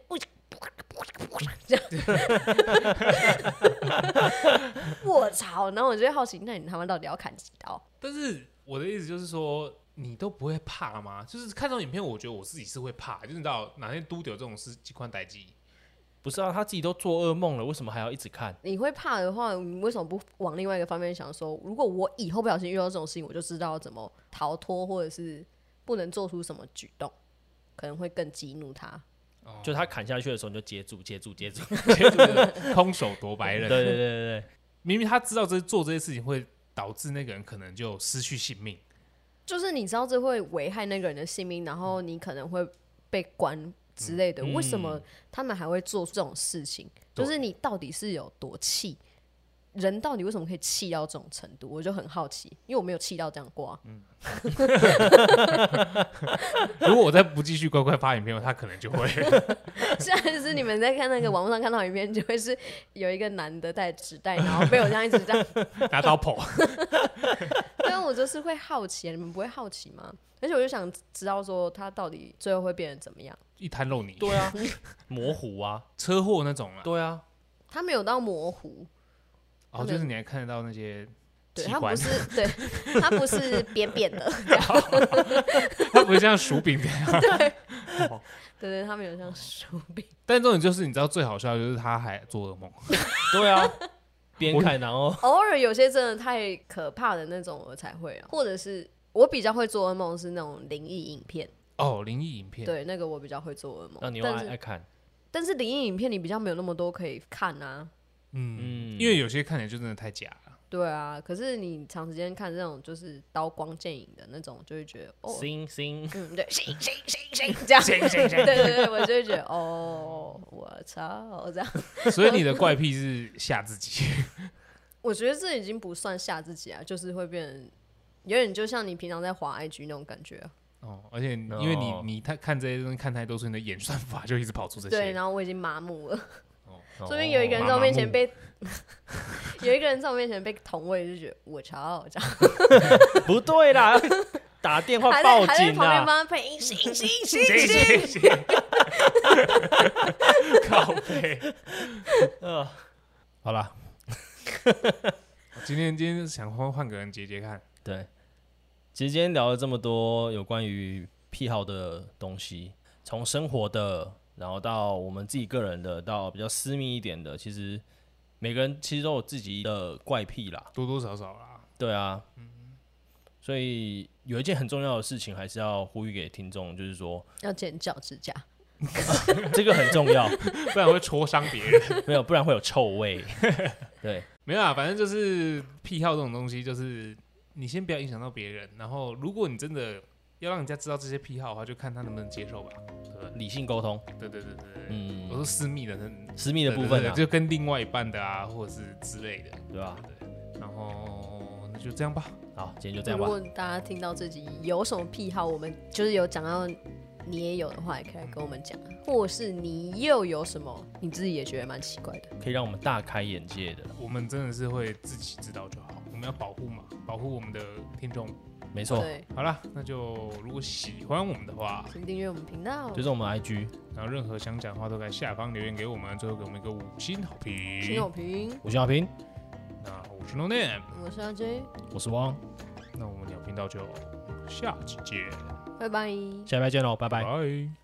Speaker 2: 我操！然后我就会好奇，那你他妈到底要砍几刀？
Speaker 1: 但是我的意思就是说，你都不会怕吗？就是看这种影片，我觉得我自己是会怕，就是你知道哪天都丢这种事，几款代机。
Speaker 3: 不是啊，他自己都做噩梦了，为什么还要一直看？
Speaker 2: 你会怕的话，你为什么不往另外一个方面想说？如果我以后不小心遇到这种事情，我就知道怎么逃脱，或者是不能做出什么举动，可能会更激怒他。
Speaker 3: 就他砍下去的时候，你就接住，接住，接住。
Speaker 1: 接着就是空手夺白
Speaker 3: 对
Speaker 1: 刃，
Speaker 3: 对对对对，
Speaker 1: 明明他知道这做这些事情会导致那个人可能就失去性命，
Speaker 2: 就是你知道这会危害那个人的性命，然后你可能会被关之类的。
Speaker 3: 嗯
Speaker 2: 为什么他们还会做这种事情？
Speaker 1: 对
Speaker 2: 就是你到底是有多气？人到底为什么可以气到这种程度？我就很好奇，因为我没有气到这样过、啊。
Speaker 1: 如果我再不继续乖乖发影片，他可能就会。
Speaker 2: 虽然是你们在看那个网络上看到影片，就会是有一个男的带纸袋，然后被我这样一直这样，
Speaker 1: 拿刀剖。
Speaker 2: 但我就是会好奇，你们不会好奇吗？而且我就想知道说他到底最后会变成怎么样。
Speaker 1: 一滩肉泥，
Speaker 3: 对啊，模糊啊，
Speaker 1: 车祸那种啊，
Speaker 3: 对啊，
Speaker 2: 他没有到模糊，
Speaker 1: 哦，就是你还看得到那些
Speaker 2: 对
Speaker 1: 器
Speaker 2: 他
Speaker 1: 官
Speaker 2: 不，是，对他不是扁扁 的，
Speaker 1: 它不是像薯饼这样。
Speaker 2: 对对，他没有像手柄。
Speaker 1: 但重点就是，你知道最好笑的就是他还做噩梦，
Speaker 3: 对啊，边看然后
Speaker 2: 偶尔有些真的太可怕的那种，我才会啊，或者是我比较会做噩梦是那种灵异影片，
Speaker 1: 哦，灵异影片，
Speaker 2: 对，那个我比较会做噩梦。
Speaker 3: 那你又
Speaker 2: 但
Speaker 3: 爱
Speaker 2: 是
Speaker 3: 爱看，
Speaker 2: 但是灵异影片你比较没有那么多可以看啊，
Speaker 1: 嗯，
Speaker 3: 嗯，
Speaker 1: 因为有些看起来就真的太假了。
Speaker 2: 对啊，可是你长时间看这种就是刀光剑影的那种，就会觉得哦，
Speaker 3: 星星
Speaker 2: 嗯，对，行行行行这样，行行行，对对对，我就会觉得哦，我操，这样，
Speaker 1: 所以你的怪癖是吓自己，
Speaker 2: 我觉得这已经不算吓自己啊，就是会变成有点就像你平常在滑 IG 那种感觉啊、
Speaker 1: 哦，而且因为你
Speaker 3: 哦
Speaker 1: 你太看这些东西看太多，所以你的演算法就一直跑出这
Speaker 2: 对，
Speaker 1: 些。
Speaker 2: 然后我已经麻木了，
Speaker 3: 哦
Speaker 2: 说不定有一个人
Speaker 1: 麻
Speaker 2: 在我面前
Speaker 1: 木
Speaker 2: 被， 有一个人在我面前被同位，就觉得我操，这样，
Speaker 3: 不对啦， 打电话
Speaker 2: 还
Speaker 3: 报
Speaker 2: 在还在
Speaker 3: 警
Speaker 2: 旁边
Speaker 3: 啊！
Speaker 2: 帮他配音，行行行
Speaker 1: 行
Speaker 2: 行，
Speaker 1: 行行，靠背。
Speaker 3: 嗯，
Speaker 1: 好了，今天今天想换换个人解解看。
Speaker 3: 对。其实今天聊了这么多有关于癖好的东西，从生活的，然后到我们自己个人的，到比较私密一点的，其实每个人其实都有自己的怪癖啦。
Speaker 1: 多多少少啦。
Speaker 3: 对啊，
Speaker 1: 嗯
Speaker 3: 所以有一件很重要的事情，还是要呼吁给听众，就是说
Speaker 2: 要剪脚指甲，
Speaker 3: 这个很重 要，
Speaker 1: 不然会戳伤别人。
Speaker 3: 没有不然会有臭 味。对，
Speaker 1: 没有啊，反正就是癖好这种东西，就是你先不要影响到别人，然后如果你真的要让人家知道这些癖好的话，就看他能不能接受吧。
Speaker 3: 理性沟通，
Speaker 1: 对对对对对，
Speaker 3: 嗯
Speaker 1: 我说私密的，嗯
Speaker 3: 私密的部分
Speaker 1: 对对
Speaker 3: 啊
Speaker 1: 对，就跟另外一半的啊，或者是之类的。
Speaker 3: 对吧？
Speaker 1: 然后那就这样吧，
Speaker 3: 好，今天就这
Speaker 2: 如
Speaker 3: 样吧。
Speaker 2: 果大家听到这集有什么癖好，我们就是有讲到你也有的话，也可以来跟我们讲，或是你又有什么你自己也觉得蛮奇怪的。
Speaker 3: 可以让我们大开眼界的，
Speaker 1: 我们真的是会自己知道就好，我们要保护嘛，保护我们的听众。
Speaker 3: 没错，
Speaker 2: 对，
Speaker 1: 好啦，那就如果喜欢我们的话，
Speaker 2: 请订阅我们频道
Speaker 3: 就，是我们 IG，
Speaker 1: 然后任何想讲的话都在下方留言给我们，最后给我们一个五星好
Speaker 2: 请
Speaker 1: 评
Speaker 2: 有。评。
Speaker 3: 我是哦小平，
Speaker 1: 那我是 No Name，
Speaker 2: 我是阿 J，
Speaker 3: 我是汪，
Speaker 1: 那我们鸟频道就
Speaker 3: 下期见，
Speaker 4: 拜拜。
Speaker 3: 嗯
Speaker 1: 下礼拜见喽，拜拜。
Speaker 3: 拜。